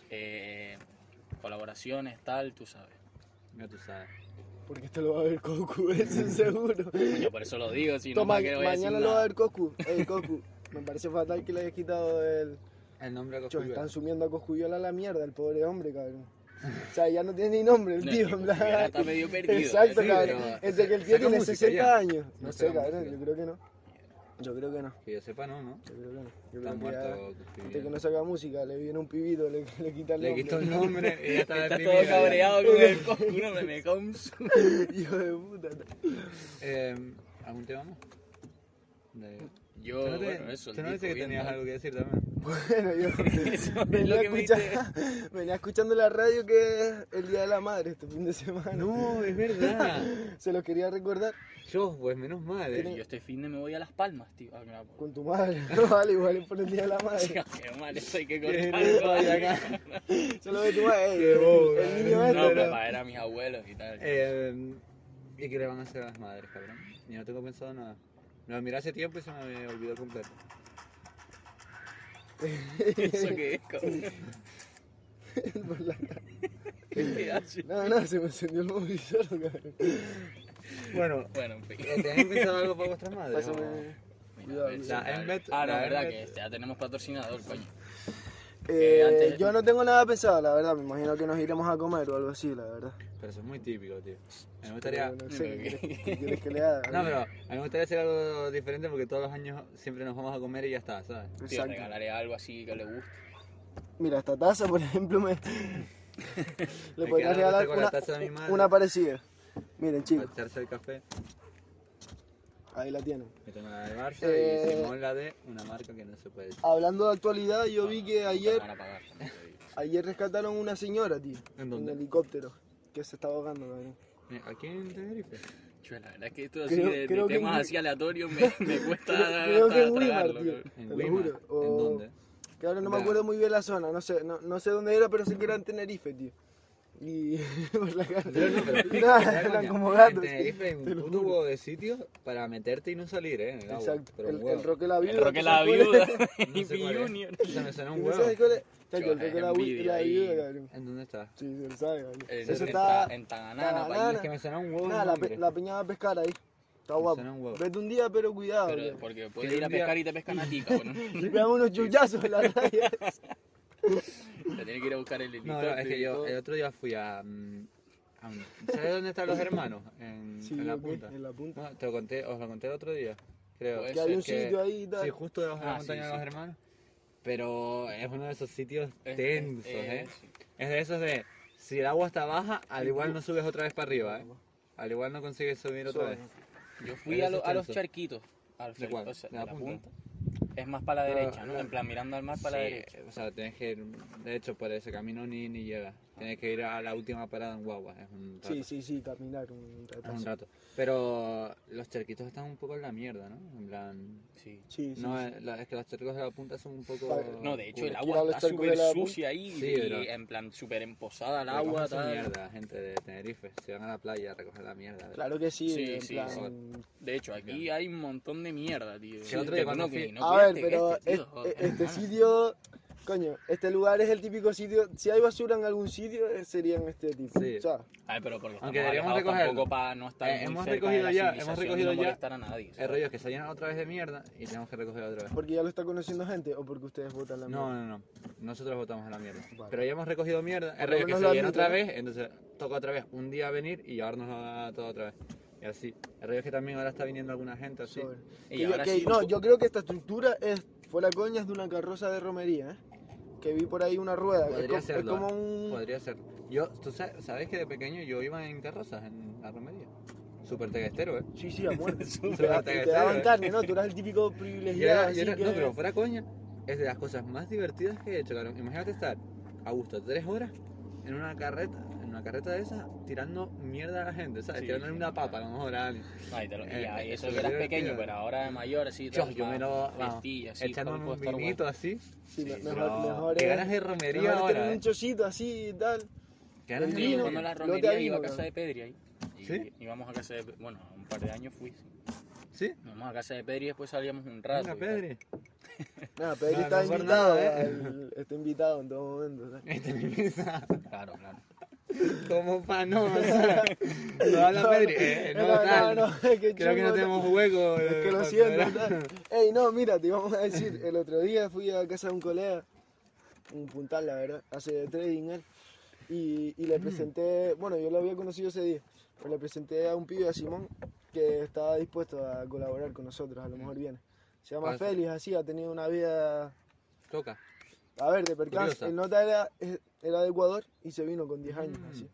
Speaker 3: eh, colaboraciones, tal, tú sabes.
Speaker 4: Ya tú sabes.
Speaker 1: Porque esto lo va a ver Coscu, eso es seguro.
Speaker 3: Yo por eso lo digo. Si no,
Speaker 1: Toma,
Speaker 3: ¿para qué voy a decir
Speaker 1: mañana lo va a
Speaker 3: nada?
Speaker 1: ver Coscu. Ey, Coscu, me parece fatal que le hayas quitado el...
Speaker 4: El nombre de
Speaker 1: Chos,
Speaker 4: Coscu.
Speaker 1: están sumiendo a Coscuyola a la mierda, el pobre hombre, cabrón. O sea, ya no tiene ni nombre el
Speaker 3: No,
Speaker 1: tío,
Speaker 3: es que
Speaker 1: en
Speaker 3: Coscu ya
Speaker 1: plan.
Speaker 3: está medio perdido.
Speaker 1: Exacto,
Speaker 4: sí,
Speaker 1: cabrón.
Speaker 4: pero-
Speaker 1: Desde que el tío
Speaker 4: saca
Speaker 1: tiene
Speaker 4: música
Speaker 1: 60
Speaker 4: ya.
Speaker 1: años. No,
Speaker 4: No
Speaker 1: sé,
Speaker 4: saca
Speaker 1: cabrón,
Speaker 4: música.
Speaker 1: yo creo que no. Yo creo que no.
Speaker 4: Que yo sepa, no, ¿no?
Speaker 1: Yo creo que no. Yo
Speaker 4: Está
Speaker 1: creo que ya-
Speaker 4: muerto.
Speaker 1: Antes que
Speaker 4: Coscu.
Speaker 1: no saca música, le viene un pibito, le, le quita el
Speaker 4: Le
Speaker 1: nombre.
Speaker 4: quitó el nombre y ya está
Speaker 3: Está todo
Speaker 4: deprimido, ya.
Speaker 3: cabreado con el Coscu. No me me cago un su-
Speaker 1: Hijo de puta.
Speaker 4: Eh, ¿Algún tema más? De-
Speaker 3: Yo,
Speaker 4: Tú no te-
Speaker 3: bueno, eso. el
Speaker 4: tú no dices
Speaker 3: disco
Speaker 4: que
Speaker 3: bien,
Speaker 4: tenías
Speaker 3: ¿no?
Speaker 4: algo que decir también.
Speaker 1: Bueno,
Speaker 3: Eso
Speaker 1: yo
Speaker 3: es
Speaker 1: venía,
Speaker 3: lo que me
Speaker 1: escucha-
Speaker 3: dice.
Speaker 1: venía escuchando la radio que es el Día de la Madre este fin de semana.
Speaker 4: No, es verdad.
Speaker 1: Se lo quería recordar
Speaker 4: Yo, pues menos mal.
Speaker 3: Yo este fin de me voy a Las Palmas, tío. Ah, claro.
Speaker 1: con tu madre. No vale, igual es por el Día de la Madre.
Speaker 3: Chica, ah, Qué mal, eso hay que
Speaker 4: Bien,
Speaker 3: cortarlo.
Speaker 4: vaya acá.
Speaker 1: Solo de tu madre.
Speaker 4: Qué bobo,
Speaker 1: eh, el niño
Speaker 4: cabrón.
Speaker 1: este.
Speaker 3: No,
Speaker 1: No,
Speaker 3: papá, eran mis abuelos y tal.
Speaker 4: Eh, ¿Y qué le van a hacer a las madres, cabrón? Yo no tengo pensado nada. Lo miré hace tiempo y se me olvidó completo.
Speaker 3: Eso que es, cabrón.
Speaker 1: Por la-
Speaker 3: ¿Qué te hace?
Speaker 1: no, no, se me encendió el movilizador, cabrón.
Speaker 4: Bueno,
Speaker 3: Bueno, en fin.
Speaker 4: eh, ¿tenéis pensado algo para vuestras madres?
Speaker 1: Pásame. Eh,
Speaker 3: Mira,
Speaker 1: Cuidado,
Speaker 3: a ver si
Speaker 1: cuidado.
Speaker 4: La
Speaker 3: tal.
Speaker 4: Embet-
Speaker 3: Ah, no,
Speaker 4: la
Speaker 3: verdad
Speaker 4: Embet-
Speaker 3: que ya tenemos patrocinador, coño.
Speaker 1: Eh,
Speaker 3: Eh, antes-
Speaker 1: Yo no tengo nada pensado, la verdad. Me imagino que nos iremos a comer o algo así, la verdad.
Speaker 4: Pero eso es muy típico, tío. A mí me gustaría...
Speaker 1: Pero
Speaker 4: No,
Speaker 1: No sé, ¿qué
Speaker 3: Ok.
Speaker 1: quieres- qué quieres que le haga?
Speaker 4: pero a mí me gustaría hacer algo diferente porque todos los años siempre nos vamos a comer y ya está, ¿sabes?
Speaker 3: Tío,
Speaker 1: Exacto.
Speaker 3: regalaré algo así que le guste.
Speaker 1: Mira, esta taza, por ejemplo, me... le
Speaker 4: Me
Speaker 1: podría
Speaker 4: queda
Speaker 1: regalar
Speaker 4: con la
Speaker 1: una,
Speaker 4: taza de mi madre.
Speaker 1: una parecida. Miren,
Speaker 4: Para
Speaker 1: chicos,
Speaker 4: echarse el café.
Speaker 1: ahí la tienen.
Speaker 4: Me tomo la de Barça
Speaker 1: Eh.
Speaker 4: y Simón la de una marca que no se puede decir.
Speaker 1: Hablando de actualidad, yo vi que
Speaker 3: Te
Speaker 1: ayer,
Speaker 3: van a pagar, también te digo.
Speaker 1: ayer rescataron una señora, tío,
Speaker 4: ¿En
Speaker 1: en
Speaker 4: dónde?
Speaker 1: helicóptero, que se estaba ahogando, cabrón.
Speaker 4: Eh, Aquí en Tenerife.
Speaker 3: Chue, la verdad es que esto así
Speaker 1: Creo-
Speaker 3: de, de
Speaker 1: creo que
Speaker 3: temas
Speaker 1: en-
Speaker 3: así aleatorios me, me cuesta
Speaker 1: Creo, creo que
Speaker 3: hasta
Speaker 1: en Weimar,
Speaker 3: tragarlo,
Speaker 1: tío,
Speaker 3: cabrón.
Speaker 1: te
Speaker 4: En
Speaker 1: lo
Speaker 4: Wima.
Speaker 1: juro. O-
Speaker 4: ¿En dónde?
Speaker 1: Que ahora no me
Speaker 4: Nah.
Speaker 1: acuerdo muy bien la zona, no sé, no, no sé dónde era, pero sé que era en Tenerife, tío. Y por la cara.
Speaker 4: Pero no, pero-
Speaker 1: Nada,
Speaker 4: Mira,
Speaker 1: eran
Speaker 4: coño,
Speaker 1: como
Speaker 4: En
Speaker 1: gatos.
Speaker 4: Tenerife hay
Speaker 1: te
Speaker 4: un
Speaker 1: lo
Speaker 4: puto
Speaker 1: juro.
Speaker 4: huevo de sitio para meterte y no salir, ¿eh? En el agua.
Speaker 1: Exacto,
Speaker 4: Pero un
Speaker 1: el,
Speaker 4: huevo.
Speaker 1: el Roque la Viuda.
Speaker 3: El Roque
Speaker 1: ¿te
Speaker 3: la
Speaker 1: acuerdas?
Speaker 3: viuda
Speaker 4: No
Speaker 3: y
Speaker 4: sé
Speaker 3: mi
Speaker 4: cuál es.
Speaker 3: junior.
Speaker 4: O sea, me suena
Speaker 1: ¿Y
Speaker 4: un
Speaker 1: no
Speaker 4: huevo.
Speaker 1: sabes cuál es? Chacho,
Speaker 3: Yo,
Speaker 1: el Roque
Speaker 3: es
Speaker 1: la, vi-
Speaker 3: envidia
Speaker 1: la
Speaker 3: ahí.
Speaker 1: viuda, cabrón.
Speaker 4: ¿En dónde está?
Speaker 1: Sí, se lo sabe, cabrón.
Speaker 4: Eh,
Speaker 3: En-
Speaker 1: Eso
Speaker 3: en
Speaker 1: está...
Speaker 3: Ta- en Tanganana, pa' ahí.
Speaker 1: Tanganana.
Speaker 4: Es que me suena un huevo.
Speaker 1: Nada,
Speaker 4: el
Speaker 1: la,
Speaker 4: nombre.
Speaker 1: pe- la peña va a pescar ahí. Está
Speaker 4: Me
Speaker 1: guapo.
Speaker 4: suena un huevo.
Speaker 1: Vete un día, pero cuidado.
Speaker 3: Pero,
Speaker 1: bro.
Speaker 3: porque
Speaker 4: Que
Speaker 3: puedes
Speaker 4: un
Speaker 3: ir a
Speaker 4: día-
Speaker 3: pescar y te pescan a ti, cabrón.
Speaker 1: Y pegan unos chullazos en la raya.
Speaker 3: Te tienes que ir a buscar el
Speaker 4: No,
Speaker 3: helicóptero.
Speaker 4: no, es que
Speaker 3: y
Speaker 4: yo
Speaker 3: todo.
Speaker 4: el otro día fui a. mm, a un- ¿Sabes dónde están los hermanos? En,
Speaker 1: Sí,
Speaker 4: en la
Speaker 1: ok,
Speaker 4: punta.
Speaker 1: en la punta.
Speaker 4: No, te lo conté, os lo conté el otro día. Creo.
Speaker 3: Puede
Speaker 1: Que hay
Speaker 3: ser
Speaker 1: un
Speaker 4: que-
Speaker 1: sitio ahí y
Speaker 4: Sí,
Speaker 1: tal.
Speaker 4: justo debajo de la
Speaker 3: Ah, sí,
Speaker 4: montaña de
Speaker 3: sí.
Speaker 4: los hermanos. Pero es uno de esos sitios
Speaker 3: Es- es-
Speaker 4: tensos,
Speaker 3: eh,
Speaker 4: ¿eh?
Speaker 3: sí.
Speaker 4: Es de esos de. Si el agua está baja, al igual no subes otra vez para arriba, ¿eh? Al igual no consigues subir otra vez.
Speaker 3: Yo fui
Speaker 4: Pero
Speaker 3: a,
Speaker 4: eso
Speaker 3: lo-
Speaker 4: es
Speaker 3: a los
Speaker 4: tenso.
Speaker 3: charquitos. A los
Speaker 4: ¿De cuál?
Speaker 3: charquitos, o sea,
Speaker 4: ¿De
Speaker 3: de la,
Speaker 4: la
Speaker 3: punta. Es más para la
Speaker 4: Ah,
Speaker 3: derecha, ¿no?
Speaker 4: ah.
Speaker 3: En plan, mirando al mar para la
Speaker 4: Sí,
Speaker 3: derecha.
Speaker 4: O sea, tenés que ir. De hecho, por ese camino ni, ni llegas. Tenés que ir a la última parada en guagua. Es un rato.
Speaker 1: Sí, sí, sí, caminar un
Speaker 4: Es un
Speaker 1: ratazo.
Speaker 4: rato. Pero los charquitos están un poco en la mierda, ¿no? En plan.
Speaker 3: Sí.
Speaker 1: Sí, sí.
Speaker 4: No,
Speaker 1: sí.
Speaker 4: es, la- es que los charcos de la punta son un poco.
Speaker 1: Vale.
Speaker 3: No, de hecho el
Speaker 1: Cualquiera
Speaker 3: agua
Speaker 1: de los
Speaker 3: está
Speaker 1: charcos de
Speaker 3: súper
Speaker 1: la punta.
Speaker 3: sucia ahí,
Speaker 4: Sí,
Speaker 3: y
Speaker 4: pero-
Speaker 3: en plan súper emposada el
Speaker 4: Recojan
Speaker 3: agua,
Speaker 4: su
Speaker 3: tal.
Speaker 4: mierda, gente de Tenerife. Se van a la playa a recoger la mierda. ¿verdad?
Speaker 1: Claro que sí,
Speaker 3: Sí,
Speaker 1: en
Speaker 3: sí,
Speaker 1: plan...
Speaker 3: De hecho, aquí hay un montón de mierda, tío.
Speaker 4: Sí, el otro día cuando
Speaker 3: Uno que
Speaker 4: fui-
Speaker 3: no
Speaker 1: a ver,
Speaker 3: cuidaste
Speaker 1: pero
Speaker 3: este,
Speaker 1: este,
Speaker 3: tío, joder,
Speaker 1: este
Speaker 3: hermano.
Speaker 1: sitio... Coño, este lugar es el típico sitio... Si hay basura en algún sitio, eh, serían este tipo.
Speaker 4: Sí.
Speaker 1: O sea,
Speaker 3: A ver, pero porque
Speaker 4: Aunque
Speaker 3: estamos
Speaker 4: deberíamos
Speaker 3: alejados
Speaker 4: recogerlo.
Speaker 3: tampoco para no estar
Speaker 4: Eh,
Speaker 3: muy
Speaker 4: hemos
Speaker 3: cerca
Speaker 4: recogido
Speaker 3: de la
Speaker 4: ya, hemos
Speaker 3: civilización
Speaker 4: recogido
Speaker 3: y no
Speaker 4: ya.
Speaker 3: molestar a nadie.
Speaker 4: El
Speaker 3: ¿sabes?
Speaker 4: rollo es que se llenan otra vez de mierda y tenemos que recoger otra vez.
Speaker 1: porque ya lo está conociendo gente o porque ustedes votan la
Speaker 4: No,
Speaker 1: mierda.
Speaker 4: no, no. Nosotros votamos a la mierda.
Speaker 1: Vale.
Speaker 4: Pero ya hemos recogido mierda.
Speaker 1: lo
Speaker 4: El rollo es que
Speaker 1: menos
Speaker 4: se
Speaker 1: lo
Speaker 4: llena otra
Speaker 1: admiten.
Speaker 4: vez, entonces toca otra vez un día venir y llevarnos a todo otra vez. Y así. El rollo es que también ahora está viniendo alguna gente así.
Speaker 1: Sobre.
Speaker 3: Y
Speaker 1: Que yo-
Speaker 3: ahora
Speaker 1: que-
Speaker 3: sí,
Speaker 1: No, yo creo que esta estructura es, fuera coña, es de una carroza de romería, ¿eh? Que vi por ahí una rueda. Es,
Speaker 4: Podría
Speaker 1: co- es
Speaker 4: serlo,
Speaker 1: como
Speaker 4: ¿eh?
Speaker 1: un...
Speaker 4: Podría ser. Yo, tú sa- sabes, que de pequeño yo iba en carrozas en la romería. Súper teguestero, eh.
Speaker 1: Sí, sí, a muerte.
Speaker 4: Súper
Speaker 1: Te da- te
Speaker 4: teguestero,
Speaker 1: daban
Speaker 4: eh.
Speaker 1: carne, ¿no? Tú eras el típico
Speaker 4: Y era-
Speaker 1: privilegiado.
Speaker 4: y
Speaker 1: así
Speaker 4: era-
Speaker 1: que...
Speaker 4: No, pero fuera coña, es de las cosas más divertidas que he hecho, cabrón. Imagínate estar a gusto tres horas en una carreta, en una carreta de esas, tirando mierda a la gente, ¿sabes?
Speaker 3: Sí,
Speaker 4: Tirándole
Speaker 3: sí.
Speaker 4: una papa a lo mejor a alguien.
Speaker 3: Ay, te lo-
Speaker 4: Eh,
Speaker 3: y ahí, eso
Speaker 4: eso
Speaker 3: que eras
Speaker 4: es
Speaker 3: pequeño,
Speaker 4: divertido.
Speaker 3: pero ahora de mayor, así.
Speaker 4: Yo,
Speaker 3: tal,
Speaker 4: yo me
Speaker 3: más
Speaker 4: lo- vamos,
Speaker 3: festilla, así,
Speaker 4: Echándome
Speaker 3: puede
Speaker 4: un
Speaker 3: estar bueno.
Speaker 4: vinito así.
Speaker 1: Sí, me-
Speaker 3: Sí,
Speaker 1: mejor,
Speaker 4: pero
Speaker 1: mejor
Speaker 4: qué
Speaker 1: es-
Speaker 4: ganas de
Speaker 1: mejor
Speaker 4: romería
Speaker 1: es tener
Speaker 4: ahora,
Speaker 1: un
Speaker 4: eh.
Speaker 1: chocito así y tal.
Speaker 4: Qué ganas
Speaker 1: el
Speaker 4: de
Speaker 3: Sí, yo
Speaker 1: vino,
Speaker 4: romería.
Speaker 3: cuando la
Speaker 1: no te
Speaker 3: romería iba a
Speaker 1: animo,
Speaker 3: casa
Speaker 1: ¿no?
Speaker 3: de Pedri ahí. Y,
Speaker 4: ¿Sí?
Speaker 3: íbamos a casa de. Bueno, un par de años fui. sí.
Speaker 4: ¿Sí?
Speaker 3: Íbamos a casa de Pedri y después salíamos un rato.
Speaker 4: Venga,
Speaker 3: y tal.
Speaker 4: Pedri.
Speaker 1: Nada, Pedro
Speaker 4: No,
Speaker 1: está
Speaker 4: no por
Speaker 1: invitado.
Speaker 4: nada, ¿eh?
Speaker 1: al- Está invitado en todo momento. ¿sabes?
Speaker 4: Este me pisa
Speaker 3: Claro, claro.
Speaker 4: como pa' no. o sea, No habla Pedri. Eh, no, tal.
Speaker 1: es que
Speaker 4: Creo que no
Speaker 1: chungo,
Speaker 4: tenemos hueco.
Speaker 1: Es
Speaker 4: eh,
Speaker 1: que lo
Speaker 4: para
Speaker 1: siento.
Speaker 4: poder-
Speaker 1: tal. Ey, no, mira, te íbamos a decir, el otro día fui a casa de un colega, un puntal, la verdad, hace trading él, y, y le
Speaker 4: Mm.
Speaker 1: presenté, bueno, yo lo había conocido ese día, pero le presenté a un pibe, a Simón, que estaba dispuesto a colaborar con nosotros, a
Speaker 4: Mm.
Speaker 1: lo mejor viene. Se llama
Speaker 4: Puede ser.
Speaker 1: Félix, así, ha tenido una vida,
Speaker 4: Toca.
Speaker 1: a ver, de percance.
Speaker 4: Curiosa.
Speaker 1: El nota era, era de Ecuador y se vino con 10 años,
Speaker 4: Mm.
Speaker 1: así.
Speaker 4: Ok,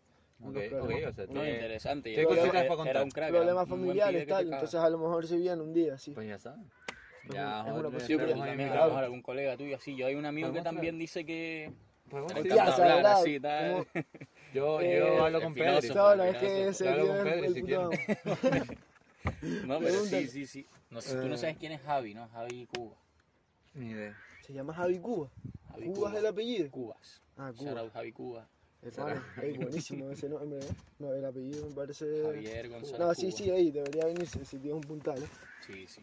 Speaker 1: Unos
Speaker 4: ok,
Speaker 1: problemas.
Speaker 4: o sea,
Speaker 3: No,
Speaker 4: tiene-
Speaker 3: interesante.
Speaker 4: ¿Qué
Speaker 3: yo creo
Speaker 1: cositas
Speaker 3: que
Speaker 4: para
Speaker 3: Era
Speaker 4: contar?
Speaker 3: un crack. era
Speaker 1: Problemas
Speaker 3: un buen pibe que
Speaker 1: familiares,
Speaker 3: te
Speaker 1: tal,
Speaker 3: caga.
Speaker 1: entonces a lo mejor se vivían un día, así.
Speaker 4: Pues ya sabes.
Speaker 1: Es
Speaker 4: Ya,
Speaker 1: una- es una
Speaker 4: otra vez
Speaker 3: Sí, pero
Speaker 4: estamos
Speaker 1: posibilidad.
Speaker 3: también a lo
Speaker 4: invitados.
Speaker 3: mejor algún colega tuyo así. Yo hay un amigo que
Speaker 4: Podemos
Speaker 3: también dice que.
Speaker 4: Podemos
Speaker 3: Le
Speaker 4: ir.
Speaker 1: Ya,
Speaker 3: encanta
Speaker 1: se
Speaker 3: hablar
Speaker 1: hablaba,
Speaker 3: así, tal.
Speaker 4: Yo,
Speaker 1: Eh,
Speaker 4: yo hablo
Speaker 3: el
Speaker 4: con
Speaker 3: filósofo.
Speaker 4: Pedri.
Speaker 1: Claro, es
Speaker 3: Gracias.
Speaker 1: que ese
Speaker 4: Claro,
Speaker 1: tío
Speaker 4: con
Speaker 1: es
Speaker 4: Pedri,
Speaker 1: el
Speaker 4: si
Speaker 1: puto
Speaker 4: quieres.
Speaker 1: amo.
Speaker 3: No, pero sí,
Speaker 1: Pregúntale.
Speaker 3: sí, sí. No sé, tú no
Speaker 4: Eh.
Speaker 3: sabes quién es Javi, ¿no? Javi Cuba.
Speaker 4: Ni idea.
Speaker 1: Se llama Javi Cuba.
Speaker 3: Javi
Speaker 1: Cuba es el apellido.
Speaker 3: Cubas.
Speaker 1: Ah,
Speaker 3: Shout
Speaker 1: Cuba.
Speaker 3: out Javi Cuba.
Speaker 1: Hermano, ey, buenísimo ese nombre. ¿eh? No, el apellido me parece.
Speaker 3: Javier González.
Speaker 1: Eh, No, sí,
Speaker 3: Cuba.
Speaker 1: sí, ahí debería venirse. Ese tío es un puntal. ¿eh?
Speaker 3: Sí, sí.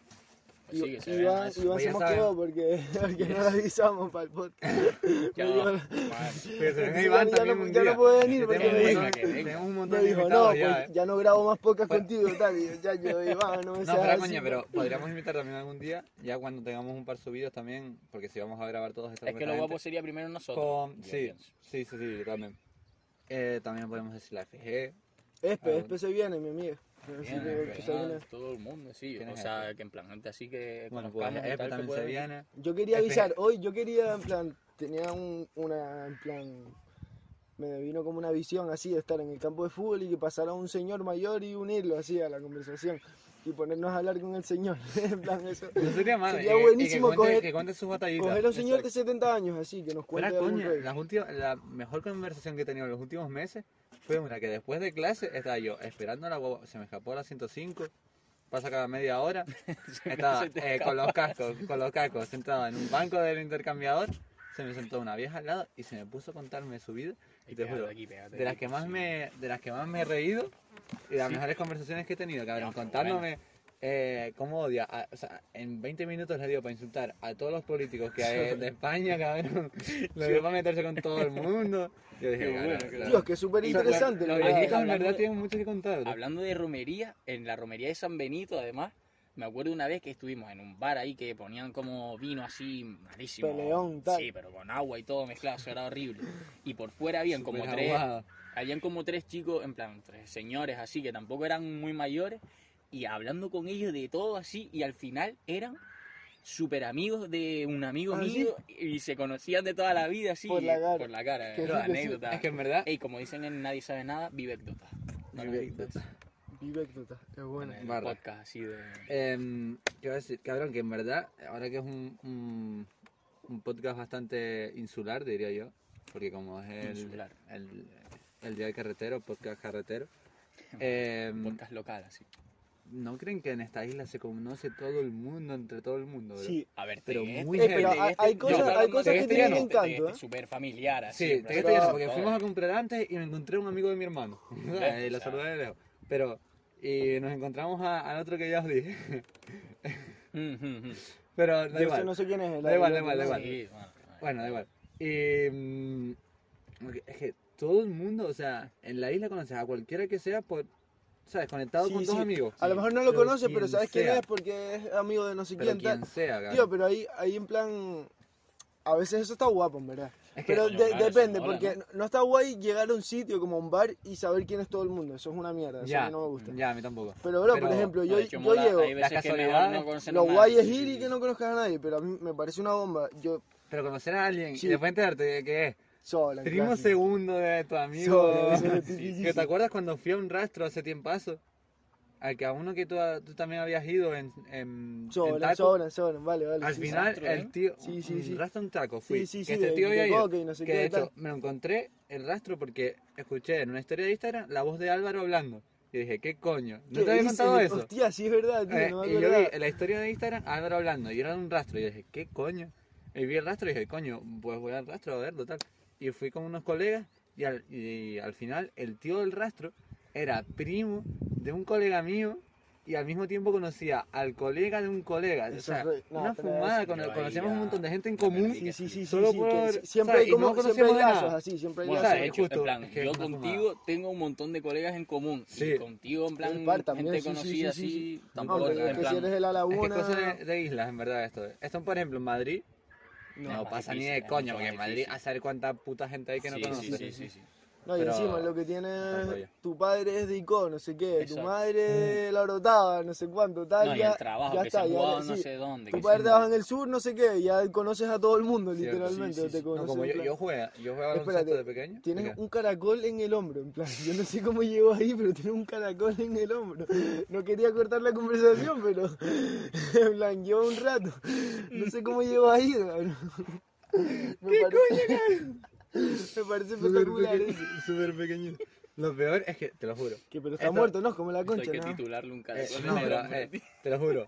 Speaker 3: Pues
Speaker 1: Y,
Speaker 3: sí, que se vean
Speaker 1: Iván,
Speaker 3: eso.
Speaker 1: Iván
Speaker 4: Pues
Speaker 1: se
Speaker 4: ya
Speaker 1: mosqueó porque, porque no lo avisamos para el podcast.
Speaker 3: Ya,
Speaker 1: Me dijo-
Speaker 3: madre.
Speaker 4: Pero se
Speaker 1: Sí,
Speaker 4: venga Pues, Iván
Speaker 1: ya
Speaker 4: también
Speaker 1: no-
Speaker 4: un
Speaker 1: ya no
Speaker 4: día.
Speaker 1: puede venir
Speaker 4: Que
Speaker 1: porque
Speaker 4: tenemos-
Speaker 3: me dijo-
Speaker 4: que Tenemos un
Speaker 1: Me
Speaker 4: montón de
Speaker 1: dijo, no,
Speaker 4: invitados
Speaker 1: pues
Speaker 4: ya, eh.
Speaker 1: ya no grabo más podcast
Speaker 4: Bueno.
Speaker 1: contigo, tal. Y yo, ya yo, Iván, no me seas
Speaker 4: No, pero
Speaker 1: así, pues".
Speaker 4: coña,
Speaker 1: pa-
Speaker 4: pero podríamos invitar también algún día, ya cuando tengamos un par subidos también, porque si vamos a grabar todos estos
Speaker 3: Es que lo guapo sería primero nosotros.
Speaker 4: con...
Speaker 3: yo
Speaker 4: Sí,
Speaker 3: pienso.
Speaker 4: sí, sí, sí, también. Eh, también podemos decir la FG.
Speaker 1: Espe,
Speaker 4: Ah, bueno.
Speaker 1: Espe se viene, mi amiga. Así
Speaker 3: Bien,
Speaker 1: que,
Speaker 3: en
Speaker 1: que se
Speaker 3: verdad,
Speaker 1: viene.
Speaker 3: todo el mundo, sí.
Speaker 4: ¿Quién
Speaker 3: O
Speaker 4: es
Speaker 3: sea,
Speaker 4: este?
Speaker 3: que en plan, gente así que
Speaker 4: Bueno, pues
Speaker 3: conozcamos y
Speaker 4: Epa
Speaker 3: tal, que
Speaker 4: también
Speaker 3: pueda
Speaker 4: se
Speaker 3: venir.
Speaker 4: viene.
Speaker 1: Yo quería
Speaker 4: Efe.
Speaker 1: avisar, hoy yo quería, en plan, tenía un, una, en plan, me vino como una visión así de estar en el campo de fútbol y que pasara un señor mayor y unirlo así a la conversación y ponernos a hablar con el señor, en plan eso.
Speaker 4: No sería malo.
Speaker 1: Sería
Speaker 4: y que- y
Speaker 1: buenísimo
Speaker 4: que cuente,
Speaker 1: coger-
Speaker 4: que cuente sus batallitas.
Speaker 1: Coger a un señor de
Speaker 4: Exacto.
Speaker 1: 70 años así, que nos
Speaker 4: Fuera
Speaker 1: cuente algún
Speaker 4: coña,
Speaker 1: rollo.
Speaker 4: las últimas- la mejor conversación que he tenido en los últimos meses fue una que después de clase estaba yo esperando la guagua, se me escapó la 105, pasa cada media hora, estaba
Speaker 3: se te
Speaker 4: eh, con los cascos, con los cascos, sentado en un banco del intercambiador, se me sentó una vieja al lado y se me puso a contarme su vida y te
Speaker 3: Pégate
Speaker 4: juro,
Speaker 3: aquí, pégate
Speaker 4: de las
Speaker 3: aquí,
Speaker 4: que más
Speaker 3: sí.
Speaker 4: me, de las que más me he reído y de las mejores conversaciones que he tenido, cabrón,
Speaker 3: Ya, pero
Speaker 4: contándome eh, cómo odia, a- o sea, en 20 minutos le dio para insultar a todos los políticos que hay de España, cabrón, le dio para meterse con todo el mundo. Yo dije,
Speaker 3: Qué bueno,
Speaker 4: cabrón,
Speaker 3: qué
Speaker 4: claro.
Speaker 1: Dios, que es súper interesante.
Speaker 4: Los-
Speaker 1: la
Speaker 4: Los
Speaker 1: verdad.
Speaker 4: viejitos en
Speaker 3: Hablando
Speaker 4: verdad
Speaker 3: de-
Speaker 4: tienen mucho que contar. bro.
Speaker 3: Hablando de romería, en la romería de San Benito, además, me acuerdo una vez que estuvimos en un bar ahí que ponían como vino así malísimo.
Speaker 1: Peleón, tal.
Speaker 3: Sí, pero con agua y todo mezclado, eso era horrible. Y por fuera habían como
Speaker 4: Súper
Speaker 3: tres,
Speaker 4: pues, aguado.
Speaker 3: habían como tres chicos, en plan, tres señores así, que tampoco eran muy mayores, y hablando con ellos de todo así, y al final eran súper amigos de un amigo
Speaker 1: ¿Ah,
Speaker 3: mío, y se conocían de toda la vida así.
Speaker 1: Por la
Speaker 3: y-
Speaker 1: cara.
Speaker 3: Por la cara,
Speaker 1: Qué
Speaker 3: eh,
Speaker 1: rico, sí.
Speaker 3: anécdota.
Speaker 4: Es que en verdad.
Speaker 3: Ey, como dicen en Nadie Sabe Nada, vivecdota.
Speaker 1: Vivectota, es
Speaker 3: Bueno,
Speaker 1: buena.
Speaker 3: el
Speaker 4: Barra.
Speaker 3: podcast así de...
Speaker 4: Em, ¿Qué iba a decir? Cabrón, que en verdad, ahora que es un, un, un podcast bastante insular, diría yo, porque como es el,
Speaker 3: Insular.
Speaker 4: el, el día del carretero, podcast carretero, eh,
Speaker 3: Em,
Speaker 1: Mm.
Speaker 3: Podcast local, así.
Speaker 4: ¿no creen que en esta isla se conoce todo el mundo entre todo el mundo? bro?
Speaker 1: Sí,
Speaker 3: A ver,
Speaker 4: Pero
Speaker 3: Tegueste-
Speaker 4: muy Eh, pero
Speaker 3: Tegueste-
Speaker 1: hay- hay
Speaker 3: yo
Speaker 1: cosas-
Speaker 3: hablando
Speaker 1: hay
Speaker 3: de
Speaker 1: cosas
Speaker 4: que tienen
Speaker 3: Tegueste,
Speaker 1: encanto,
Speaker 3: Tegueste
Speaker 1: ¿eh.
Speaker 3: súper familiar, así.
Speaker 4: Sí,
Speaker 3: en
Speaker 4: te
Speaker 3: plan,
Speaker 4: estoy
Speaker 1: Pero-
Speaker 4: eso, porque
Speaker 3: todo.
Speaker 4: fuimos a comprar antes y me encontré un amigo de mi hermano.
Speaker 3: Ves,
Speaker 4: Eh,
Speaker 3: o
Speaker 4: Lo
Speaker 3: sea.
Speaker 4: saludé de lejos. Pero, y nos encontramos a- al otro que ya os dije.
Speaker 3: Mm, mm, mm.
Speaker 4: Pero
Speaker 1: Yo
Speaker 4: da
Speaker 1: sé-
Speaker 4: igual.
Speaker 1: no sé quién es el.
Speaker 4: Da igual, da igual, da
Speaker 1: el-
Speaker 4: igual.
Speaker 3: Sí, bueno, bueno.
Speaker 4: Bueno, da igual. Y, mm, porque es que todo el mundo, o sea, en la isla conoces a cualquiera que sea por, ¿sabes? Conectado
Speaker 1: Sí,
Speaker 4: con dos
Speaker 1: sí.
Speaker 4: amigos.
Speaker 1: A lo mejor no lo
Speaker 4: Pero
Speaker 1: conoces, pero
Speaker 4: quien
Speaker 1: sabes quién
Speaker 4: sea.
Speaker 1: es porque es amigo de no sé
Speaker 4: Pero
Speaker 1: quién. tal.
Speaker 4: quien sea, cabrón.
Speaker 1: Tío, pero ahí, ahí en plan. A veces eso está guapo, en verdad.
Speaker 4: Es que,
Speaker 1: Pero
Speaker 3: coño,
Speaker 1: de-
Speaker 3: claro,
Speaker 1: depende,
Speaker 3: eso mola,
Speaker 1: porque ¿no? está guay llegar a un sitio como un bar y saber quién es todo el mundo. Eso es una mierda, eso a
Speaker 4: ya,
Speaker 1: mí no me gusta.
Speaker 4: ya, a mí tampoco.
Speaker 1: Pero, bro,
Speaker 4: Pero,
Speaker 1: por ejemplo,
Speaker 3: No,
Speaker 1: yo,
Speaker 3: de hecho,
Speaker 1: yo
Speaker 3: mola,
Speaker 1: llego.
Speaker 3: hay veces
Speaker 4: Las
Speaker 3: que mejor
Speaker 4: casualidades,
Speaker 3: no conocer
Speaker 1: Lo
Speaker 3: nada.
Speaker 1: guay es
Speaker 3: Sí,
Speaker 1: ir
Speaker 3: sí,
Speaker 1: y que
Speaker 3: sí.
Speaker 1: no conozcas a nadie, pero a mí me parece una bomba. Yo,
Speaker 4: Pero conocer a alguien
Speaker 1: Sí.
Speaker 4: y de repente darte que es
Speaker 1: sola. en
Speaker 4: primo
Speaker 1: clase.
Speaker 4: segundo de tu amigo.
Speaker 1: Sola, sola,
Speaker 4: ¿Que te acuerdas cuando fui a un rastro hace tiempazo? Al que a uno que tú, tú también habías ido en, en, en
Speaker 1: Sola,
Speaker 4: taco.
Speaker 1: sola, sola, vale, vale.
Speaker 4: Al
Speaker 1: sí,
Speaker 4: final,
Speaker 3: Rastro, ¿eh?
Speaker 4: el tío.
Speaker 1: Sí, sí,
Speaker 4: un
Speaker 1: sí.
Speaker 4: Rastro un taco,
Speaker 1: Sí,
Speaker 4: fui.
Speaker 1: sí, sí,
Speaker 4: que este
Speaker 1: de-
Speaker 4: tío
Speaker 1: de
Speaker 4: había ido.
Speaker 1: coca y no sé
Speaker 4: que
Speaker 1: qué,
Speaker 4: de hecho,
Speaker 1: tal.
Speaker 4: me lo encontré el rastro porque escuché en una historia de Instagram la voz de Álvaro hablando. Y dije, ¿qué coño?
Speaker 1: sí.
Speaker 4: ¿No
Speaker 1: ¿Qué
Speaker 4: te había
Speaker 1: dices?
Speaker 4: contado eso?
Speaker 1: Hostia, sí es verdad, tío,
Speaker 4: Eh,
Speaker 1: no me
Speaker 4: y yo vi
Speaker 1: acordaba.
Speaker 4: en la historia de Instagram a Álvaro hablando y era un rastro. Y yo dije, ¿qué coño? Y vi el rastro y dije, coño, pues voy al rastro a verlo, tal. Y fui con unos colegas y al, y al final el tío del rastro era primo de un colega mío y al mismo tiempo conocía al colega de un colega.
Speaker 1: Eso
Speaker 4: o sea,
Speaker 1: es re- no,
Speaker 4: una
Speaker 1: pero
Speaker 4: fumada,
Speaker 1: eso
Speaker 4: cono-
Speaker 3: yo ahí
Speaker 4: conocemos un
Speaker 3: ya-
Speaker 4: montón de gente en
Speaker 3: me
Speaker 4: común.
Speaker 3: perdí.
Speaker 1: Sí, sí, sí,
Speaker 4: Solo
Speaker 1: sí,
Speaker 4: por-
Speaker 1: que si- siempre
Speaker 4: o sea,
Speaker 1: hay
Speaker 4: y
Speaker 1: como
Speaker 4: no
Speaker 1: siempre hay
Speaker 4: conocemos nada.
Speaker 1: lazos así, siempre hay
Speaker 3: Bueno,
Speaker 4: sea,
Speaker 1: lazos.
Speaker 3: de
Speaker 4: es
Speaker 3: hecho,
Speaker 4: justo,
Speaker 3: en plan,
Speaker 4: es que
Speaker 3: yo
Speaker 4: es una
Speaker 3: contigo tengo un montón de colegas en común.
Speaker 4: Sí.
Speaker 3: Y contigo, en
Speaker 1: El
Speaker 3: plan,
Speaker 1: par también,
Speaker 3: gente
Speaker 1: sí, sí,
Speaker 3: conocida,
Speaker 1: sí, sí,
Speaker 3: así,
Speaker 1: No,
Speaker 3: tampoco,
Speaker 1: pero es
Speaker 3: en
Speaker 1: que si
Speaker 3: plan,
Speaker 1: eres de la
Speaker 4: Es que pues, eh, es
Speaker 1: laguna.
Speaker 4: cosa de, de islas, en verdad, esto. Esto, por ejemplo, en Madrid no,
Speaker 3: es más
Speaker 4: pasa ni
Speaker 3: difícil,
Speaker 4: de
Speaker 3: es
Speaker 4: coño,
Speaker 3: mucho
Speaker 4: porque
Speaker 3: más
Speaker 4: en Madrid,
Speaker 3: difícil.
Speaker 4: a saber cuánta puta gente hay que no
Speaker 3: sí,
Speaker 4: conoce.
Speaker 3: sí, sí, sí, sí.
Speaker 1: No, y
Speaker 4: Pero-
Speaker 1: encima lo que tiene
Speaker 4: Tal rollo.
Speaker 1: tu padre es de Ico, no sé qué, tu
Speaker 3: Exacto.
Speaker 4: Mm.
Speaker 1: madre la brotaba, no sé cuánto, tal,
Speaker 3: No, y
Speaker 1: ya,
Speaker 3: el trabajo
Speaker 1: ya
Speaker 3: que se
Speaker 1: está,
Speaker 3: ha
Speaker 1: ya-
Speaker 3: jugado no
Speaker 1: sí.
Speaker 3: sé dónde.
Speaker 1: Tu
Speaker 3: que
Speaker 1: padre
Speaker 3: sí,
Speaker 1: trabaja en el sur, no sé qué, ya conoces a todo el mundo,
Speaker 4: Cierto,
Speaker 1: literalmente,
Speaker 3: sí, sí,
Speaker 1: o te
Speaker 3: sí.
Speaker 1: conoces.
Speaker 4: No, como
Speaker 1: en
Speaker 4: yo,
Speaker 1: plan-
Speaker 4: yo jugué, yo jugué baloncesto
Speaker 1: Espérate,
Speaker 4: de pequeño.
Speaker 1: Tienes
Speaker 4: Venga.
Speaker 1: un caracol en el hombro, en plan, yo no sé cómo llegó ahí, pero tiene un caracol en el hombro. No quería cortar la conversación, pero en plan, lleva un rato. No sé cómo llegó ahí, cabrón. Me parece, me parece espectacular
Speaker 4: peque-
Speaker 1: eso.
Speaker 4: súper pequeño. Lo peor es que, te lo juro.
Speaker 1: Que pero está
Speaker 4: Esto-
Speaker 1: muerto, ¿no? Es Como la
Speaker 3: Esto
Speaker 1: concha,
Speaker 3: hay que
Speaker 1: ¿no?
Speaker 3: titularle un
Speaker 4: eh,
Speaker 3: caracol.
Speaker 4: no,
Speaker 3: en el
Speaker 4: pero,
Speaker 3: hombro.
Speaker 4: eh, te lo juro.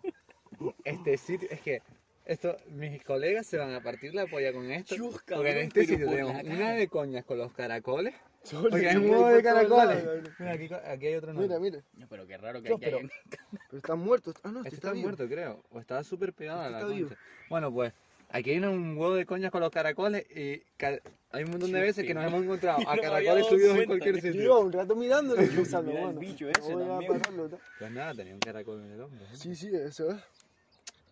Speaker 4: Este sitio, es que esto, mis colegas se van a partir la polla con esto.
Speaker 3: Dios,
Speaker 4: porque
Speaker 3: cabrón,
Speaker 4: en este
Speaker 3: pero
Speaker 4: sitio
Speaker 3: por
Speaker 4: tenemos
Speaker 3: la
Speaker 4: una
Speaker 3: cara.
Speaker 4: de coñas con los caracoles.
Speaker 1: Sobre
Speaker 4: Porque hay
Speaker 1: el
Speaker 4: un
Speaker 1: que
Speaker 4: huevo
Speaker 1: hay
Speaker 4: de
Speaker 1: por todos lados,
Speaker 4: caracoles.
Speaker 1: cabrón.
Speaker 4: Mira, aquí, aquí hay otro nombre.
Speaker 1: Mira, mira.
Speaker 3: No, pero qué raro que
Speaker 1: Yo,
Speaker 3: aquí
Speaker 1: pero-
Speaker 3: hayan-
Speaker 1: Pero está muerto. Ah, no, este
Speaker 4: Este
Speaker 1: está,
Speaker 4: está
Speaker 1: vivo.
Speaker 4: muerto, creo. O estaba súper pegado
Speaker 1: Este
Speaker 4: a la
Speaker 1: está vivo.
Speaker 4: concha. Bueno, pues aquí hay un huevo de coñas con los caracoles y ca- hay un montón de veces que nos hemos encontrado
Speaker 3: No
Speaker 4: a
Speaker 3: me había
Speaker 4: caracoles
Speaker 3: dado
Speaker 4: subidos en
Speaker 3: cuenta,
Speaker 4: cualquier
Speaker 1: Yo
Speaker 4: sitio.
Speaker 1: iba un rato mirándolo y pensando,
Speaker 3: Mira el
Speaker 1: bueno,
Speaker 3: bicho
Speaker 1: no
Speaker 3: ese
Speaker 1: voy a
Speaker 3: también.
Speaker 1: pararlo. ¿no?
Speaker 4: Pues nada, tenía un caracol en el hombro. ¿eh?
Speaker 1: Sí, sí, eso es.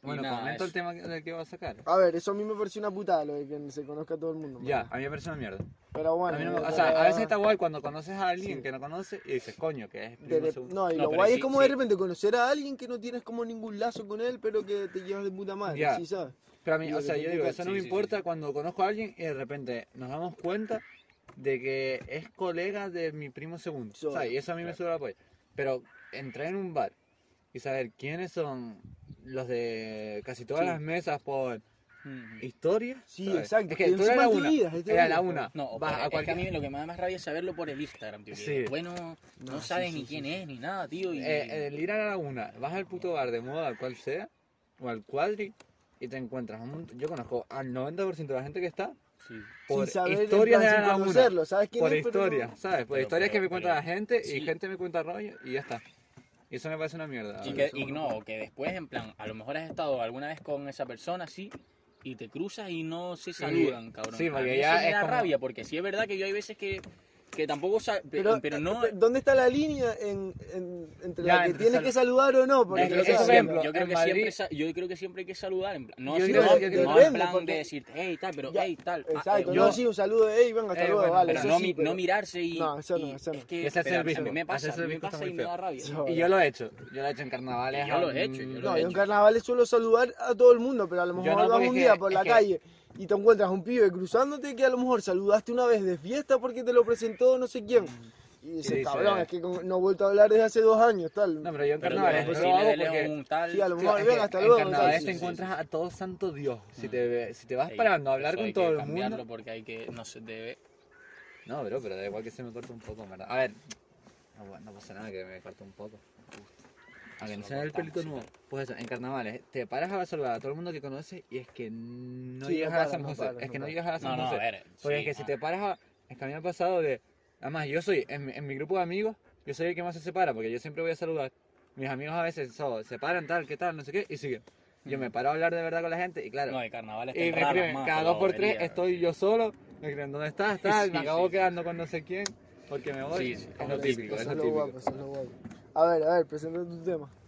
Speaker 4: Bueno,
Speaker 3: nada,
Speaker 4: comento el
Speaker 3: eso.
Speaker 4: tema que- del que iba a sacar.
Speaker 1: A ver, eso a mí me pareció una putada lo de que se conozca a todo el mundo.
Speaker 4: Ya,
Speaker 1: man.
Speaker 4: a mí me parece una mierda.
Speaker 1: Pero
Speaker 4: A
Speaker 1: bueno.
Speaker 4: mí no me-
Speaker 1: ya
Speaker 4: o sea,
Speaker 1: está.
Speaker 4: a veces está guay cuando conoces a alguien
Speaker 1: Sí.
Speaker 4: que no conoces y dices, coño, que es
Speaker 1: De
Speaker 4: primo
Speaker 1: re-
Speaker 4: segundo.
Speaker 1: No, y
Speaker 3: No,
Speaker 1: lo
Speaker 3: pero
Speaker 1: guay
Speaker 3: sí,
Speaker 1: es como de
Speaker 3: sí.
Speaker 1: repente conocer a alguien que no tienes como ningún lazo con él, pero que te llevas de puta madre,
Speaker 4: Ya.
Speaker 1: ¿sí sabes?
Speaker 4: Pero a mí,
Speaker 1: Yo
Speaker 4: o sea,
Speaker 1: de
Speaker 4: yo
Speaker 1: repente-
Speaker 4: digo, eso no
Speaker 3: sí,
Speaker 4: me
Speaker 3: sí,
Speaker 4: importa
Speaker 3: sí.
Speaker 4: cuando conozco a alguien y de repente nos damos cuenta de que es colega de mi primo segundo.
Speaker 1: Sure.
Speaker 4: O sea, y eso a mí me
Speaker 3: Claro.
Speaker 4: sube la polla. Pero entrar en un bar y saber quiénes son los de casi todas
Speaker 1: Sí.
Speaker 4: las mesas por
Speaker 3: Mm.
Speaker 4: historia.
Speaker 1: Sí,
Speaker 4: ¿sabes?
Speaker 1: exacto,
Speaker 4: Es que
Speaker 1: que
Speaker 4: tú eras
Speaker 1: encima
Speaker 4: la
Speaker 1: es de
Speaker 4: una.
Speaker 1: vida, es de
Speaker 4: era
Speaker 1: vida.
Speaker 4: la una.
Speaker 3: No, o
Speaker 4: vas a
Speaker 3: por- es que a
Speaker 4: cualquier...
Speaker 3: mí lo que me da más rabia es saberlo por el Instagram, tío.
Speaker 4: Sí.
Speaker 3: Bueno, no,
Speaker 1: No, sí,
Speaker 3: sabes
Speaker 1: sí,
Speaker 3: ni
Speaker 1: sí,
Speaker 3: quién
Speaker 1: sí.
Speaker 3: es ni nada, tío. Y...
Speaker 4: Eh, el ir a la laguna, vas al puto bar de moda, al cual sea, o al cuadri, y te encuentras. un mont- Yo conozco al 90% de la gente que está
Speaker 3: Sí.
Speaker 4: por
Speaker 1: sin saber, en
Speaker 4: historias de
Speaker 1: plan,
Speaker 4: la
Speaker 1: sin
Speaker 4: laguna.
Speaker 1: conocerlo, ¿sabes quién
Speaker 4: Por
Speaker 1: es? Pero no-
Speaker 4: historias, ¿sabes? Por
Speaker 3: Pero-
Speaker 4: historias que
Speaker 3: pero-
Speaker 4: me cuenta la
Speaker 3: pero-
Speaker 4: gente y
Speaker 3: sí.
Speaker 4: gente me cuenta rollo y ya está. Y eso me parece una mierda.
Speaker 3: Y,
Speaker 4: ¿vale?
Speaker 3: que, y no, o que después, en plan, a lo mejor has estado alguna vez con esa persona, sí, y te cruzas y no se saludan, cabrón.
Speaker 4: sí,
Speaker 3: A
Speaker 4: porque
Speaker 3: mí
Speaker 4: ya
Speaker 3: eso me
Speaker 4: es
Speaker 3: da
Speaker 4: como-
Speaker 3: rabia, porque sí es verdad que yo hay veces que, que tampoco... sa- pe- Pero,
Speaker 1: Pero,
Speaker 3: no...
Speaker 1: eh, ¿Dónde está la línea en, en- entre
Speaker 4: Ya,
Speaker 1: la que
Speaker 4: entre
Speaker 1: tienes
Speaker 4: sal-
Speaker 1: que saludar o no?
Speaker 3: Yo
Speaker 1: Porque,
Speaker 4: Entre
Speaker 3: creo,
Speaker 1: o
Speaker 3: que
Speaker 1: sea,
Speaker 4: por
Speaker 3: siempre,
Speaker 4: ejemplo,
Speaker 3: yo, creo
Speaker 4: en
Speaker 3: que
Speaker 4: Madrid-
Speaker 3: siempre, sa- yo creo que siempre hay que saludar. En plan, no,
Speaker 4: Yo
Speaker 3: sí,
Speaker 4: creo-
Speaker 3: no-
Speaker 4: yo creo-
Speaker 3: no en
Speaker 1: depende,
Speaker 3: plan
Speaker 1: porque-
Speaker 3: de decirte, hey, tal, pero
Speaker 1: Ya,
Speaker 3: hey, tal. ah, eh,
Speaker 1: Exacto,
Speaker 4: yo-
Speaker 1: no, sí, un saludo de, hey, venga, hasta
Speaker 4: Eh,
Speaker 1: luego,
Speaker 4: bueno,
Speaker 1: vale.
Speaker 3: pero
Speaker 1: eso
Speaker 3: no,
Speaker 1: sí,
Speaker 3: mi-
Speaker 1: pero-
Speaker 3: no mirarse y.
Speaker 1: No, eso no,
Speaker 3: y
Speaker 1: eso no.
Speaker 3: Es que
Speaker 4: Y ese
Speaker 3: pero a mí- a
Speaker 4: servicio,
Speaker 3: mí me
Speaker 4: ese
Speaker 3: pasa, a mí me
Speaker 4: servicio está
Speaker 3: pasa
Speaker 4: muy
Speaker 3: y me
Speaker 4: feo.
Speaker 3: da rabia.
Speaker 1: Sí.
Speaker 4: Y yo lo he hecho. Yo lo he hecho en carnavales. mm,
Speaker 3: Y yo lo he
Speaker 4: am-
Speaker 3: hecho, yo
Speaker 1: No,
Speaker 3: lo he
Speaker 1: yo
Speaker 3: hecho.
Speaker 1: en carnavales suelo saludar a todo el mundo, pero a lo
Speaker 4: Yo
Speaker 1: mejor
Speaker 4: no,
Speaker 1: vas
Speaker 4: porque
Speaker 1: un
Speaker 4: es
Speaker 1: día
Speaker 4: que-
Speaker 1: por
Speaker 4: es
Speaker 1: la
Speaker 4: que-
Speaker 1: calle y te encuentras un pibe cruzándote que a lo mejor saludaste una vez de fiesta porque te lo presentó no sé quién. Y
Speaker 4: Y
Speaker 1: dice,
Speaker 4: dice-
Speaker 1: cabrón, es que con- no he vuelto a hablar desde hace dos años, tal.
Speaker 4: No, pero yo en
Speaker 3: Pero
Speaker 4: carnavales
Speaker 3: tú,
Speaker 4: no
Speaker 3: si
Speaker 4: lo hago
Speaker 3: le
Speaker 4: porque...
Speaker 3: lees un tal.
Speaker 1: Sí, a lo
Speaker 4: Claro,
Speaker 1: mejor,
Speaker 4: es
Speaker 1: venga,
Speaker 4: que
Speaker 1: hasta
Speaker 4: en
Speaker 1: luego.
Speaker 4: carnavales
Speaker 1: tal.
Speaker 4: te
Speaker 3: sí,
Speaker 4: encuentras a todo santo Dios. Si,
Speaker 3: Mm.
Speaker 4: te, si te vas
Speaker 3: Ey,
Speaker 4: parando a hablar
Speaker 3: eso
Speaker 4: con
Speaker 3: hay
Speaker 4: todo
Speaker 3: que
Speaker 4: el
Speaker 3: cambiarlo
Speaker 4: mundo...
Speaker 3: porque hay que, no se debe.
Speaker 4: No, bro, pero da igual que se me corte un poco, en ¿verdad? A ver, no, bueno, no pasa nada que me corte un poco. A que no
Speaker 3: Eso
Speaker 4: sea
Speaker 3: lo
Speaker 4: el
Speaker 3: cortamos,
Speaker 4: pelito
Speaker 3: sí,
Speaker 4: nuevo. Pues eso, en carnavales, te paras a saludar a todo el mundo que conoces y es que no
Speaker 1: Sí, no
Speaker 4: llegas a
Speaker 1: paras,
Speaker 4: San
Speaker 1: no
Speaker 4: José.
Speaker 1: paras,
Speaker 4: es que
Speaker 1: no
Speaker 4: Ah, no
Speaker 1: paras.
Speaker 4: llegas a
Speaker 3: No,
Speaker 4: San
Speaker 3: no, a
Speaker 4: José.
Speaker 3: ver.
Speaker 4: Porque
Speaker 3: sí,
Speaker 4: es que si
Speaker 3: ah,
Speaker 4: te paras a... Es que a mí me ha pasado de... Además, yo soy, en, mi- en mi grupo de amigos, yo soy el que más se separa, porque yo siempre voy a saludar. Mis amigos a veces so, se paran, tal, qué tal, no sé qué, y siguen. Yo me paro a hablar de verdad con la gente y claro...
Speaker 3: No, de carnavales
Speaker 4: Y me
Speaker 3: tan raras,
Speaker 4: escriben,
Speaker 3: más,
Speaker 4: cada
Speaker 3: pero
Speaker 4: dos por tres
Speaker 3: bobería,
Speaker 4: estoy
Speaker 3: sí.
Speaker 4: yo solo. Me escriben, ¿dónde estás? Tal,
Speaker 3: Sí,
Speaker 4: me
Speaker 3: sí,
Speaker 4: acabo
Speaker 3: sí.
Speaker 4: quedando con no sé quién porque me voy.
Speaker 3: Sí, sí,
Speaker 4: es
Speaker 3: es
Speaker 4: lo
Speaker 3: lo
Speaker 4: típico, es
Speaker 1: Eso
Speaker 4: lo
Speaker 1: es lo
Speaker 4: típico.
Speaker 1: guapo, eso es lo guapo. A ver, a ver, presenta tu tema.